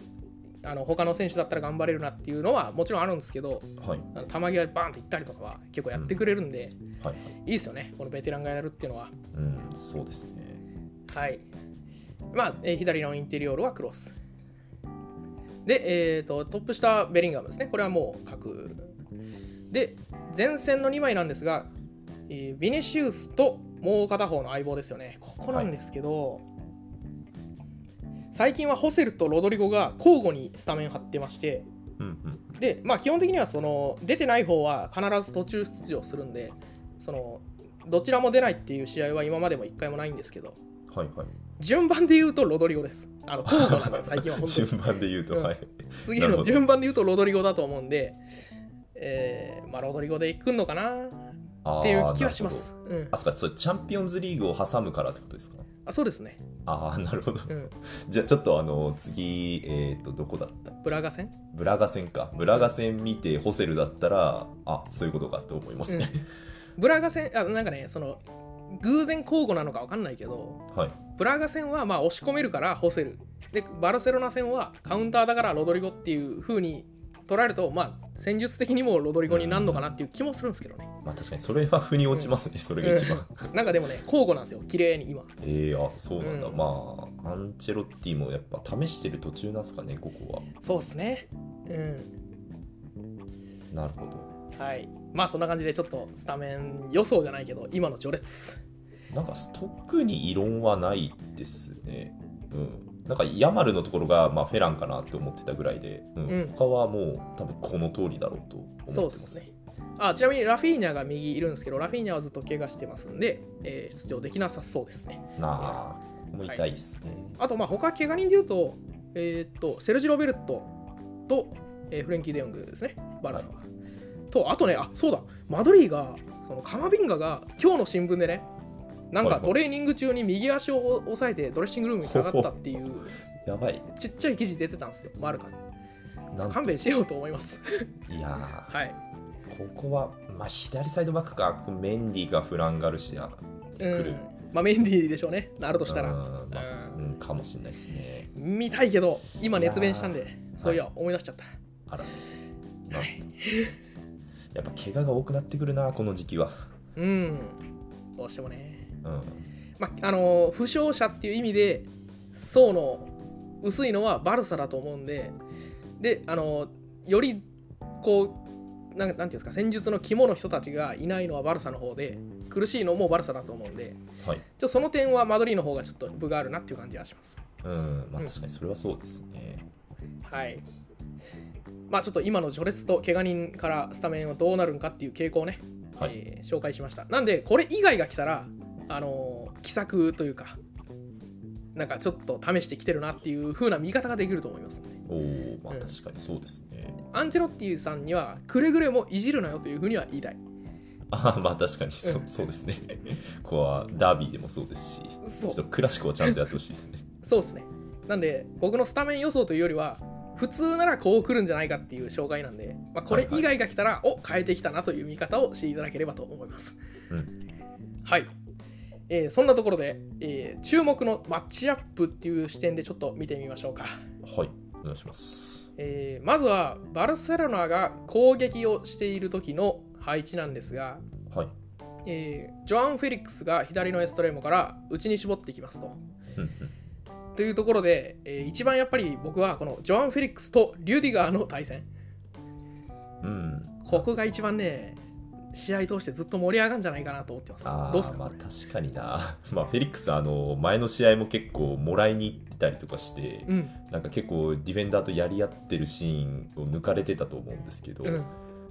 Speaker 1: あの他の選手だったら頑張れるなっていうのはもちろんあるんですけど
Speaker 2: はい
Speaker 1: あの球際でバーンっていったりとかは結構やってくれるんで、
Speaker 2: はい、
Speaker 1: いいですよね、このベテランがやるっていうのは。
Speaker 2: うんそうですね。
Speaker 1: はい。まあ、えー左のインテリオールはクロス。で、えーと、トップ下、ベリンガムですね。これはもう確。で、前線の2枚なんですが、えービニシウスともう片方の相棒ですよね。ここなんですけど、最近はホセルとロドリゴが交互にスタメン張ってまして、
Speaker 2: うんうん
Speaker 1: で、まあ、基本的にはその出てない方は必ず途中出場するんでそのどちらも出ないっていう試合は今までも1回もないんですけど
Speaker 2: はいはい。
Speaker 1: 順番で言うとロドリゴですあの交互なんで最近は本当に
Speaker 2: (laughs) 順番で言うと、
Speaker 1: うん
Speaker 2: はい。
Speaker 1: 次
Speaker 2: なるほ
Speaker 1: の
Speaker 2: ど
Speaker 1: 順番で言うとロドリゴだと思うんで、えーまあ、ロドリゴでくんのかな
Speaker 2: あー
Speaker 1: っていう気はしま。す
Speaker 2: なるほど、
Speaker 1: うん、
Speaker 2: あそうかそれチャンピオンズリーグを挟むからってことですか。
Speaker 1: あそうですね、
Speaker 2: ああなるほど。 (laughs)
Speaker 1: うん、
Speaker 2: じゃあちょっとあの次えっ、とどこだった
Speaker 1: ブラガ戦、
Speaker 2: ブラガ戦かブラガ戦見てホセルだったらあそういうことかと思い
Speaker 1: う
Speaker 2: ます
Speaker 1: ん
Speaker 2: ね。、
Speaker 1: ブラガ戦あなんかねその偶然交互なのか分かんないけど
Speaker 2: (laughs) はい。
Speaker 1: ブラガ戦はまあ押し込めるからホセルでバルセロナ戦はカウンターだからロドリゴっていう風に捉えるとまあ戦術的にもロドリゴになるのかなっていう気もするんですけどね、
Speaker 2: まあ確かにそれは腑に落ちますね、それが一番。
Speaker 1: なんかでもね交互なんですよ綺麗に今
Speaker 2: ええあそうなんだ、
Speaker 1: うん
Speaker 2: まあアンチェロッティもやっぱ試してる途中なんすかねここは
Speaker 1: そうっすねうん
Speaker 2: なるほど
Speaker 1: はいまあそんな感じでちょっとスタメン予想じゃないけど今の序列
Speaker 2: なんか特に異論はないですねうんなんかヤマルのところが、まあ、フェランかなって思ってたぐらいで、うん
Speaker 1: うん
Speaker 2: 他はもう多分この通りだろうと思ってます
Speaker 1: そうっすねあちなみにラフィーニャが右いるんですけどラフィーニャはずっと怪我してますんで、えー出場できなさそうですね
Speaker 2: なあここも痛いですね、
Speaker 1: あとまあ他怪我人で言うと,、えーっとセルジ・ロベルトと、えーフレンキー・デヨングですねバルサは。とあとねあそうだマドリーがそのカマビンガが今日の新聞でねなん
Speaker 2: は
Speaker 1: か
Speaker 2: いはい
Speaker 1: トレーニング中に右足を押さえてドレッシングルームに下がったっていう
Speaker 2: やばい
Speaker 1: ちっちゃい記事出てたんですよマルカに
Speaker 2: なんと
Speaker 1: 勘弁しようと思います
Speaker 2: (laughs) いやー
Speaker 1: はい
Speaker 2: ここは、まあ、左サイドバックかここメンディかフランガルシア
Speaker 1: う
Speaker 2: 来る
Speaker 1: んまあメンディーでしょうねなるとしたら
Speaker 2: うんまあすうん、かもしれないですね
Speaker 1: 見たいけど今熱弁したん
Speaker 2: い
Speaker 1: でそういや思い出しちゃった
Speaker 2: あら、なんとやっぱ怪我が多くなってくるなこの時期は、
Speaker 1: うんどうしてもね
Speaker 2: うん、
Speaker 1: まああのー負傷者っていう意味で層の薄いのはバルサだと思うんでで、あのーよりこうなんなんていうんですか戦術の肝の人たちがいないのはバルサの方で苦しいのもバルサだと思うんで
Speaker 2: はい、
Speaker 1: ちょその点はマドリーの方がちょっと分があるなっていう感じがします
Speaker 2: うんまあ
Speaker 1: うん
Speaker 2: 確かにそれはそうですね、
Speaker 1: はいまあちょっと今の序列と怪我人からスタメンはどうなるんかっていう傾向をね、
Speaker 2: はい
Speaker 1: えー紹介しましたなんでこれ以外が来たらあのー奇策というかなんかちょっと試してきてるなっていう風な見方ができると思いますので
Speaker 2: おおまあ
Speaker 1: うん
Speaker 2: 確かにそうですね、 (laughs)
Speaker 1: アンチェロッティさんにはくれぐれもいじるなよという風には言いたい
Speaker 2: ああまあ確かにそううそうですね。 (laughs) ここはダービーでもそうですし、ち
Speaker 1: そ
Speaker 2: ょ
Speaker 1: う
Speaker 2: っとクラシコをちゃんとやってほしいですね。
Speaker 1: そうですねなんで僕のスタメン予想というよりは普通ならこう来るんじゃないかっていう紹介なんで、まあ、これ以外が来たら、お変えてきたなという見方をしていただければと思います、
Speaker 2: うん
Speaker 1: はい、えーそんなところで、えー注目のマッチアップっていう視点でちょっと見てみましょうか、
Speaker 2: はい、お願いします。
Speaker 1: えーまずはバルセロナが攻撃をしている時の配置なんですが、
Speaker 2: はい。
Speaker 1: えージョアン・フェリックスが左のエストレーモから内に絞ってきますと
Speaker 2: うんうん
Speaker 1: というところで、えー一番やっぱり僕はこのジョアン・フェリックスとリュディガーの対戦
Speaker 2: うん、
Speaker 1: ここが一番ね試合通してずっと盛り上がるんじゃないかなと思ってま
Speaker 2: あ
Speaker 1: す
Speaker 2: ー
Speaker 1: どうっすか、
Speaker 2: まあ
Speaker 1: これ
Speaker 2: 確かにな。 (laughs) まあフェリックスあの前の試合も結構もらいに行ってたりとかして、
Speaker 1: うん
Speaker 2: なんか結構ディフェンダーとやり合ってるシーンを抜かれてたと思うんですけど、
Speaker 1: うん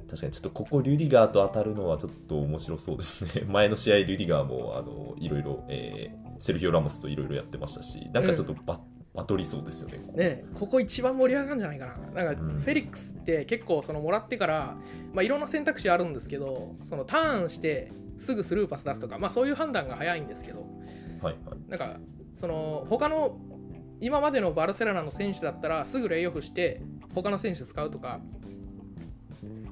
Speaker 2: 確かにちょっとここリュディガーと当たるのはちょっと面白そうですね。 (laughs) 前の試合リュディガーもあのいろいろ、えーセルフィオ・ラモスといろいろやってましたし、なんかちょっとバ,、バトりそうですよね。ここ
Speaker 1: ね、ここ一番盛り上がるんじゃないかななんか
Speaker 2: うん
Speaker 1: フェリックスって結構そのもらってから、まあ、いろんな選択肢あるんですけどそのターンしてすぐスルーパス出すとか、まあ、そういう判断が早いんですけど
Speaker 2: はいはい。
Speaker 1: なんかその他の今までのバルセロナの選手だったらすぐレイオフして他の選手使うとか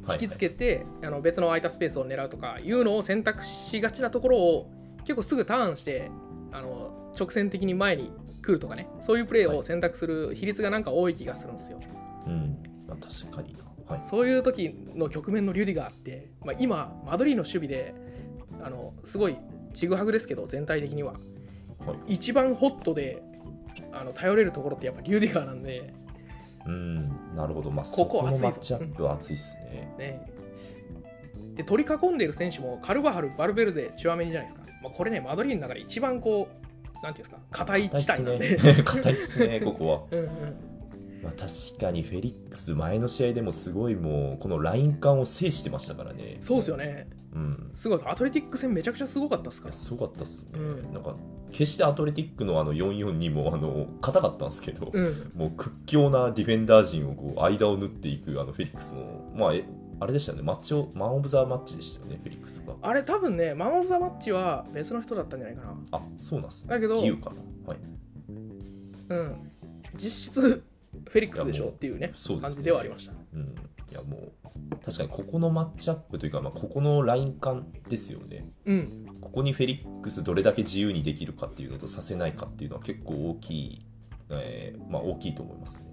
Speaker 2: はい
Speaker 1: 引きつけて、あの別の空いたスペースを狙うとかいうのを選択しがちなところを結構すぐターンしてあの直線的に前に来るとかねそういうプレーを選択する比率がなんか多い気がするんですよ。
Speaker 2: うん、まあ、確かにな。はい。
Speaker 1: そういう時の局面のリュディガーって、まあ、今マドリーの守備であのすごいちぐはぐですけど全体的には
Speaker 2: はい、
Speaker 1: 一番ホットであの頼れるところってやっぱリュディガーなんで、
Speaker 2: うん、なるほど。まあ、
Speaker 1: ここ
Speaker 2: その
Speaker 1: 熱いぞ
Speaker 2: マッチアップは熱いですね。
Speaker 1: ね、で取り囲んでいる選手もカルバハル、バルベルデ、チュアメニじゃないですか、まあ、これねマドリードの中で一番こうなんていうんですか硬い地帯なんで。
Speaker 2: 硬いっすね (laughs) 硬いっすね、ここは。
Speaker 1: (laughs) うんうん
Speaker 2: まあ、確かにフェリックス、前の試合でもすごいもう、このライン間を制してましたからね。
Speaker 1: そうですよね、
Speaker 2: うん。
Speaker 1: すごい、アトレティック戦めちゃくちゃすごかったです
Speaker 2: い
Speaker 1: か
Speaker 2: や
Speaker 1: ら、
Speaker 2: すごかったっすね。
Speaker 1: うん
Speaker 2: なんか、決してアトレティックのあの442も、あの、硬かったんですけど、
Speaker 1: うん、
Speaker 2: もう屈強なディフェンダー陣をこう間を縫っていくあのフェリックスの、まあ、えあれでしたよね、マッチを、マン・オブ・ザ・マッチでしたよね、フェリックスが。
Speaker 1: あれ、多分ね、マン・オブ・ザ・マッチは別の人だったんじゃないかな。
Speaker 2: あ、そうなんですね。
Speaker 1: だけど
Speaker 2: 義勇かな。はい。
Speaker 1: うん、実質フェリックスでしょっていうね
Speaker 2: そうです
Speaker 1: 感
Speaker 2: ね
Speaker 1: じではありました。
Speaker 2: うん、いやもう確かにここのマッチアップというか、まあ、ここのライン間ですよね
Speaker 1: うん、
Speaker 2: ここにフェリックスどれだけ自由にできるかっていうのとさせないかっていうのは結構大きい、えーまあ、大きいと思いますね。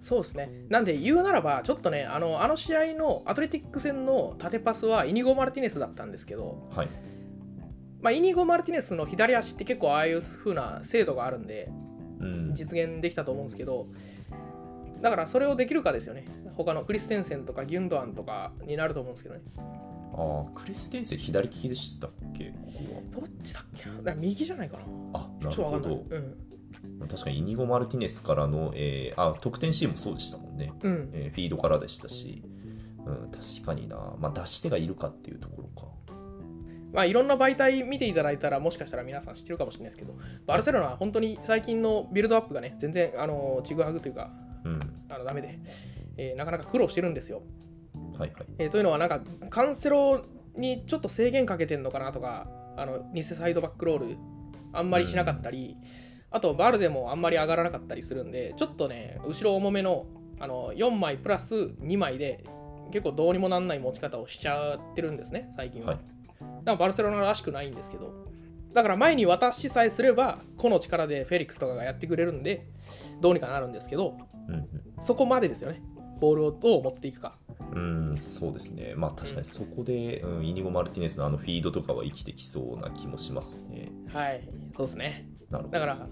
Speaker 1: そうですね。なんで言うならばちょっとねあのあの試合のアトレティック戦の縦パスはイニゴ・マルティネスだったんですけど、
Speaker 2: はい、
Speaker 1: まあ、イニゴ・マルティネスの左足って結構ああいう風な精度があるんで
Speaker 2: うん、
Speaker 1: 実現できたと思うんですけどだからそれをできるかですよね。他のクリステンセンとかギュンドアンとかになると思うんですけどね。
Speaker 2: ああクリステンセン左利きでしたっけこ
Speaker 1: どっちだっけなだから右じゃないかな。
Speaker 2: こはあなる
Speaker 1: ちょっと
Speaker 2: ほ
Speaker 1: わかんない。
Speaker 2: ど
Speaker 1: うん
Speaker 2: 確かにイニゴ・マルティネスからの、えーあ得点シーンもそうでしたもんね、
Speaker 1: うん、
Speaker 2: えーフィードからでしたし、うん、確かにな、まあ、出し手がいるかっていうところか。
Speaker 1: まあ、いろんな媒体見ていただいたらもしかしたら皆さん知ってるかもしれないですけどバルセロナは本当に最近のビルドアップがね全然あのちぐはぐというか
Speaker 2: うん
Speaker 1: あのダメで、えーなかなか苦労してるんですよ、
Speaker 2: はいはい
Speaker 1: えーというのはなんかカンセロにちょっと制限かけてんのかなとかあの偽サイドバックロールあんまりしなかったり、あとバルゼもあんまり上がらなかったりするんでちょっとね後ろ重めのあの4枚プラス2枚で結構どうにもなんない持ち方をしちゃってるんですね最近は。
Speaker 2: はい
Speaker 1: なんかバルセロナらしくないんですけどだから前に渡しさえすれば個の力でフェリックスとかがやってくれるんでどうにかなるんですけど
Speaker 2: うんうん
Speaker 1: そこまでですよねボールをどう持っていくか
Speaker 2: うん、そうですね。まあ確かにそこで、うん、イニゴ・マルティネスのあのフィードとかは生きてきそうな気もしますね。
Speaker 1: はいそうですね
Speaker 2: なるほど。
Speaker 1: だから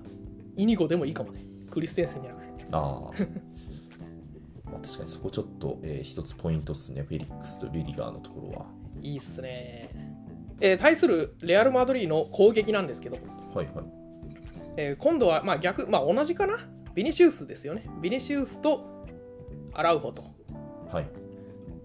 Speaker 1: イニゴでもいいかもねクリステンセンじゃなくて
Speaker 2: あー (laughs) まあ確かにそこちょっと、えー一つポイントですね。フェリックスとリュディガーのところ
Speaker 1: いいっすねえー対するレアル・マドリーの攻撃なんですけど、
Speaker 2: は。はいはい。
Speaker 1: えー今度はまあ逆、まあ、同じかなビニシウスですよねビニシウスとアラウホと
Speaker 2: はい。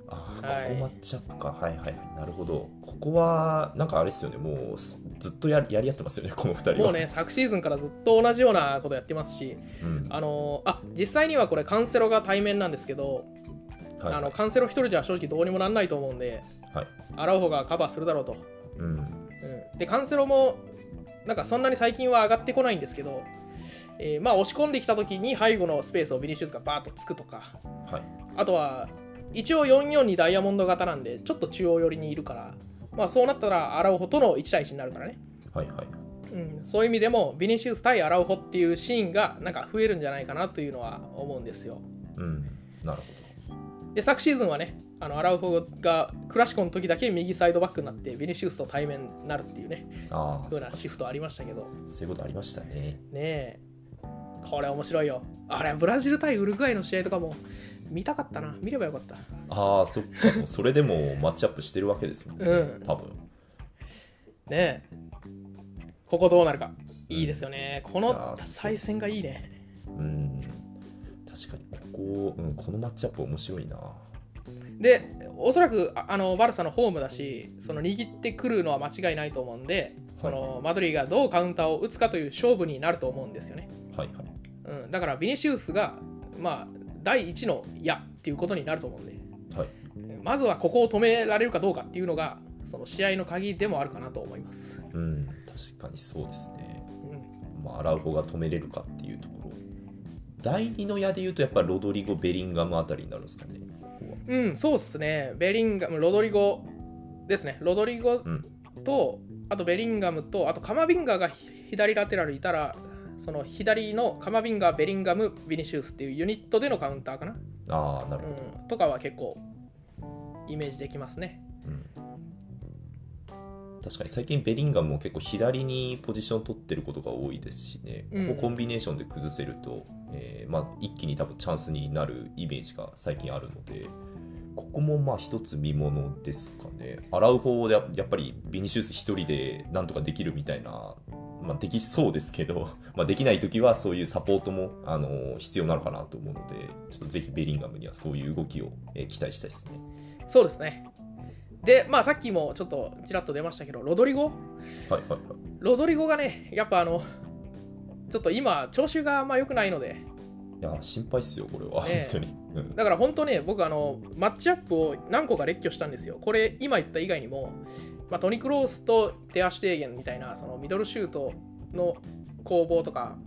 Speaker 2: ああ、
Speaker 1: はい
Speaker 2: ここマッチアップか。はいはいはい。なるほど。ここは、なんかあれですよね。もうすずっとややり合ってますよね、この二人は。
Speaker 1: もうね昨シーズンからずっと同じようなことやってますし
Speaker 2: うん。
Speaker 1: あのーあ実際にはこれカンセロが対面なんですけど、
Speaker 2: はい
Speaker 1: あのカンセロ一人じゃ正直どうにもなんないと思うんで、
Speaker 2: はい
Speaker 1: 荒穂がカバーするだろうと、
Speaker 2: うん。
Speaker 1: うんでカンセロもなんかそんなに最近は上がってこないんですけど、えーまあ押し込んできた時に背後のスペースをビニシウスがバーッとつくとか
Speaker 2: はい。
Speaker 1: あとは一応442ダイヤモンド型なんでちょっと中央寄りにいるから、まあ、そうなったらアラオホとの1対1になるからね、
Speaker 2: はいはい。
Speaker 1: うん、そういう意味でもビニシウス対アラオホっていうシーンがなんか増えるんじゃないかなというのは思うんですよ
Speaker 2: うん。なる
Speaker 1: で昨シーズンはねあのアラウホがクラシコの時だけ右サイドバックになってビニシウスと対面になるっていうね
Speaker 2: ほど。ああ、
Speaker 1: 風
Speaker 2: そう
Speaker 1: な
Speaker 2: か
Speaker 1: シフトありましたけど
Speaker 2: そういうことありましたね。
Speaker 1: ねえこれ面白いよあれブラジル対ウルグアイの試合とかも見たかったな見ればよかった
Speaker 2: ああ、そっか。もうそれでもマッチアップしてるわけですもんね。
Speaker 1: うん
Speaker 2: 多分。
Speaker 1: ねえここどうなるかいいですよねこ
Speaker 2: いやー
Speaker 1: の再戦がいいね
Speaker 2: うん。確かに、ここ、うん、このマッチアップ面白いな。
Speaker 1: でおそらくああのバルサのホームだしその握ってくるのは間違いないと思うんでそのマドリーがどうカウンターを打つかという勝負になると思うんですよね
Speaker 2: はいはい。
Speaker 1: うん、だからビニシウスが、まあ、第一の矢っていうことになると思うんで、
Speaker 2: はい
Speaker 1: まずはここを止められるかどうかっていうのがその試合の鍵でもあるかなと思います。
Speaker 2: うん。確かにそうですね。
Speaker 1: うん、
Speaker 2: まあ、アラウホが止めれるかっていうところ。第二の矢で言うと、やっぱロドリゴ、ベリンガムあたりになるんですかね。
Speaker 1: うん、そうっすね、ベリンガム、ロドリゴですね、ロドリゴ
Speaker 2: うん
Speaker 1: と、あとベリンガムと、あとカマビンガが左ラテラルいたら、その左のカマビンガ、ベリンガム、ビニシウスっていうユニットでのカウンターかな、
Speaker 2: ああ、なるほど。
Speaker 1: うん、とかは結構イメージできますね。
Speaker 2: うん確かに最近ベリンガムも結構左にポジション取ってることが多いですしね、
Speaker 1: うん
Speaker 2: ここコンビネーションで崩せると、えーまあ、一気に多分チャンスになるイメージが最近あるのでここもまあ一つ見ものですかね洗う方でやっぱりビニシウス一人でなんとかできるみたいな、まあ、できそうですけど、 (laughs) まあ、できない時はそういうサポートも、あの必要なのかなと思うのでちょっとぜひベリンガムにはそういう動きを、えー期待したいですね。
Speaker 1: そうですね。で、まあさっきもちょっとちらっと出ましたけど、ロドリゴ
Speaker 2: はいはいはい
Speaker 1: ロドリゴがね、やっぱあの、ちょっと今、調子があんま良くないので、
Speaker 2: いや心配っすよ、これは、
Speaker 1: ねえ
Speaker 2: 本当に。うん
Speaker 1: だから本当ね、僕、あの、マッチアップを何個か列挙したんですよ。これ、今言った以外にも、まあ、トニ・クロースと手足提言みたいな、そのミドルシュートの攻防とか、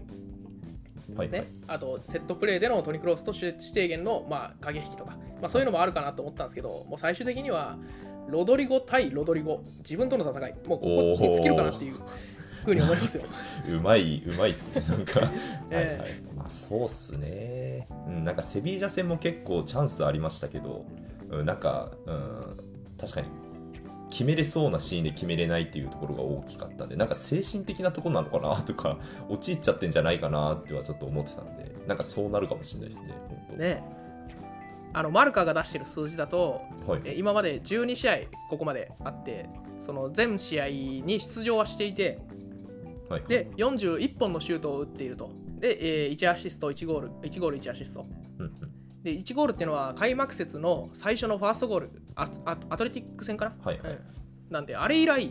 Speaker 2: はいはい
Speaker 1: ね、あとセットプレーでのトニ・クロースと指定限の、まあ、駆け引きとか、まあ、そういうのもあるかなと思ったんですけど、もう最終的にはロドリゴ対ロドリゴ、自分との戦い、もうここに尽きるかなっていうふうに思いますよ。
Speaker 2: うまい、うまい
Speaker 1: (laughs)
Speaker 2: っすね、なんか。はい
Speaker 1: え
Speaker 2: はい。まあ、そうっすね。うん、なんかセビージャ戦も結構チャンスありましたけど、うん、なんか、うん、確かに。決めれそうなシーンで決めれないっていうところが大きかったんで、なんか精神的なところなのかなとか、 (laughs) 陥っちゃってんじゃないかなってはちょっと思ってたんで、なんかそうなるかもしれないですね、本当。
Speaker 1: ねあのマルカが出してる数字だと、
Speaker 2: はい。
Speaker 1: え今まで12試合ここまであって、その全試合に出場はしていて、
Speaker 2: はい、
Speaker 1: で41本のシュートを打っていると、で、えー1アシスト、1ゴール、1ゴール1アシスト。
Speaker 2: うんうん。
Speaker 1: で1ゴールっていうのは開幕節の最初のファーストゴールああアトレティック戦かな、
Speaker 2: はいはい。
Speaker 1: うん、なんであれ以来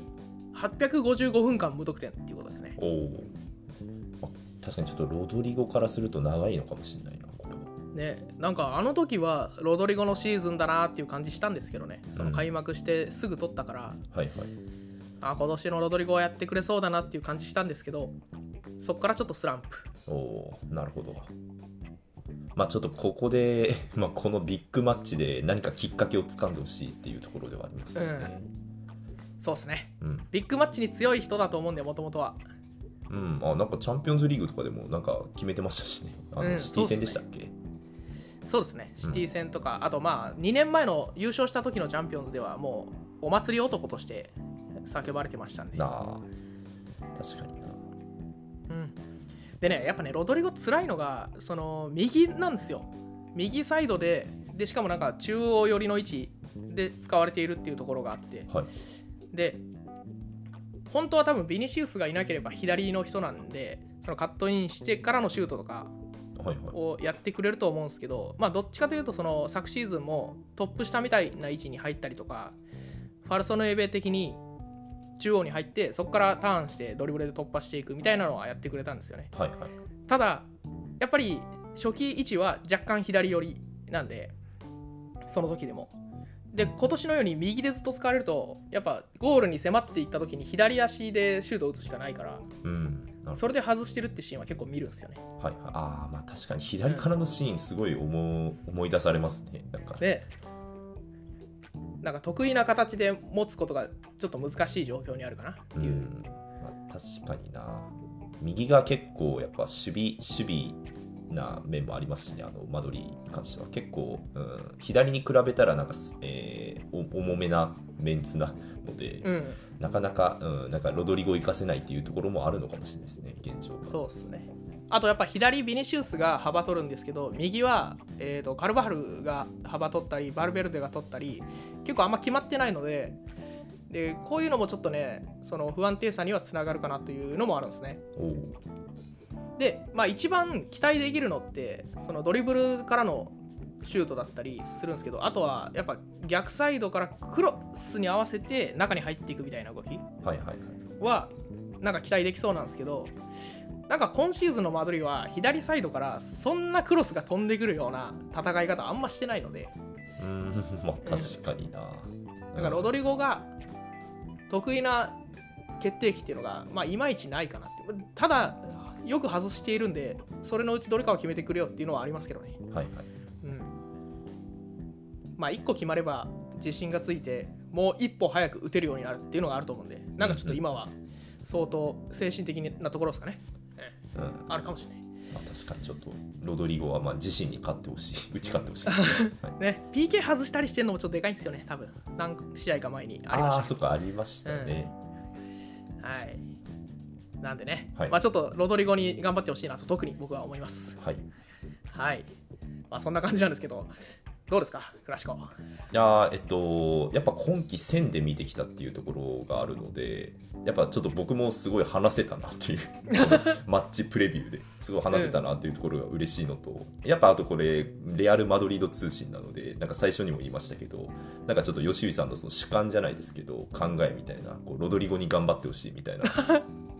Speaker 1: 855分間無得点っていうことですね
Speaker 2: おお。あ確かにちょっとロドリゴからすると長いのかもしれないな、これは。
Speaker 1: ねなんかあの時はロドリゴのシーズンだなっていう感じしたんですけどねその開幕してすぐ取ったから、
Speaker 2: はいはい。
Speaker 1: あ今年のロドリゴはやってくれそうだなっていう感じしたんですけどそっからちょっとスランプ
Speaker 2: おおーなるほど。まあちょっとここで、 (laughs) まあ、このビッグマッチで何かきっかけをつかんでほしいっていうところではありますよね。
Speaker 1: そうですね
Speaker 2: うん、
Speaker 1: ビッグマッチに強い人だと思うんでもともとは
Speaker 2: うんあなんかチャンピオンズリーグとかでもなんか決めてましたしね、あの
Speaker 1: うん
Speaker 2: シティ戦でしたっけ
Speaker 1: そうですねシティ戦とか、あとまあ2年前の優勝した時のチャンピオンズではもうお祭り男として叫ばれてましたんで、
Speaker 2: なあ、確かにな。
Speaker 1: うん、でねやっぱねロドリゴ辛いのがその右なんですよ右サイドででしかもなんか中央寄りの位置で使われているっていうところがあって
Speaker 2: はい、
Speaker 1: で本当は多分ビニシウスがいなければ左の人なんでそのカットインしてからのシュートとか
Speaker 2: はいはい。
Speaker 1: をやってくれると思うんですけど、まあ、どっちかというとその昨シーズンもトップ下みたいな位置に入ったりとかファルソネーベ的に中央に入ってそこからターンしてドリブルで突破していくみたいなのはやってくれたんですよね
Speaker 2: はいはい。
Speaker 1: ただやっぱり初期位置は若干左寄りなんでその時でもで今年のように右でずっと使われるとやっぱゴールに迫っていった時に左足でシュートを打つしかないから
Speaker 2: うん。なるほど
Speaker 1: それで外してるってシーンは結構見るんですよね
Speaker 2: はいはい、ああまあ確かに左からのシーンすごい思う思い出されますねなんか
Speaker 1: でなんか得意な形で持つことがちょっと難しい状況にあるかなっていう、
Speaker 2: んまあ、確かにな右が結構やっぱ守備守備な面もありますしねあのマドリーに関しては結構、うん、左に比べたらなんかす、えーお重めなメンツなので、
Speaker 1: うん、
Speaker 2: なかなか、うん、なんかロドリゴ行かせないっていうところもあるのかもしれないですね現状
Speaker 1: そうっすねあとやっぱ左ビニシウスが幅取るんですけど右は、えー、とカルバハルが幅取ったりバルベルデが取ったり結構あんま決まってないのででこういうのもちょっとねその不安定さにはつながるかなというのもあるんですね
Speaker 2: おおう
Speaker 1: で、まあ、一番期待できるのってそのドリブルからのシュートだったりするんですけどあとはやっぱ逆サイドからクロスに合わせて中に入っていくみたいな動き
Speaker 2: はいはいはい
Speaker 1: はなんか期待できそうなんですけどなんか今シーズンのマドリーは左サイドからそんなクロスが飛んでくるような戦い方あんましてないので
Speaker 2: うんまあ確かにな
Speaker 1: だからロドリゴが得意な決定機っていうのがまあいまいちないかなってただよく外しているんでそれのうちどれかを決めてくれよっていうのはありますけどね
Speaker 2: はいはい
Speaker 1: うんまあ1個決まれば自信がついてもう一歩早く打てるようになるっていうのがあると思うんでなんかちょっと今は相当精神的なところですかね
Speaker 2: うん
Speaker 1: あるかもしれない。
Speaker 2: まあ、確かにちょっとロドリゴはまあ自身に勝ってほしい打ち勝ってほしいです
Speaker 1: (laughs)
Speaker 2: ね、はい
Speaker 1: ね、PK 外したりしてるのもちょっとでかいんですよね、多分何試合か前にありま
Speaker 2: ああ
Speaker 1: し
Speaker 2: そっかありましたね、
Speaker 1: た。はい、なんでね、
Speaker 2: はい
Speaker 1: まあ、ちょっとロドリゴに頑張ってほしいなと、特に僕は思います。
Speaker 2: はいい
Speaker 1: はい、まあ、そんな感じなんですけど、どうですか、クラシコ。
Speaker 2: やーえっとやっぱ今季1000で見てきたっていうところがあるのでやっぱちょっと僕もすごい話せたなっていう (laughs) このマッチプレビューですごい話せたなっていうところが嬉しいのとやっぱあとこれレアル・マドリード通信なのでなんか最初にも言いましたけどなんかちょっと吉井さんのその主観じゃないですけど考えみたいなこうロドリゴに頑張ってほしいみたいな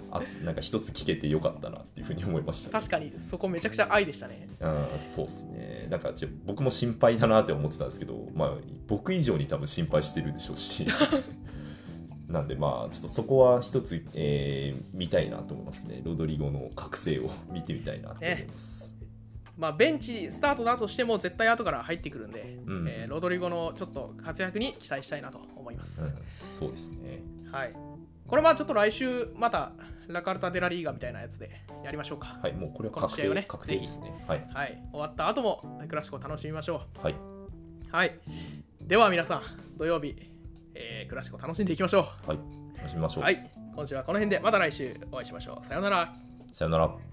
Speaker 2: あなんか一つ聞けてよかったなっていうふうに思いましたね、
Speaker 1: 確かにそこめちゃくちゃ愛でしたね。
Speaker 2: あーそうですね。なんかちょ僕も心配だなって思ってたんですけど、まあ、僕以上に多分心配してるでしょうし。なんでまあちょっとそこは一つ、えー見たいなと思いますね。ロドリゴの覚醒を (laughs) 見てみたいなと思います。
Speaker 1: まあ、ベンチスタートだとしても、絶対後から入ってくるんで、
Speaker 2: うん
Speaker 1: えーロドリゴのちょっと活躍に期待したいなと思います。
Speaker 2: うん、そうですね。
Speaker 1: はい。これまあちょっと来週またラカルタ・デ・ラ・リーガみたいなやつでやりましょうか。
Speaker 2: はい、もうこれは
Speaker 1: この
Speaker 2: 確
Speaker 1: 試合を
Speaker 2: 定、
Speaker 1: ね
Speaker 2: 確定ですね。はい。
Speaker 1: はい。終わった後もクラシックを楽しみましょ
Speaker 2: はい。
Speaker 1: う。はい。では皆さん、土曜日、えークラシックを楽しんでいきましょ
Speaker 2: はい。楽しみまし
Speaker 1: う。
Speaker 2: ょう。
Speaker 1: はい。今週はこの辺でまた来週お会いしましょう。さようなら。
Speaker 2: さよなら。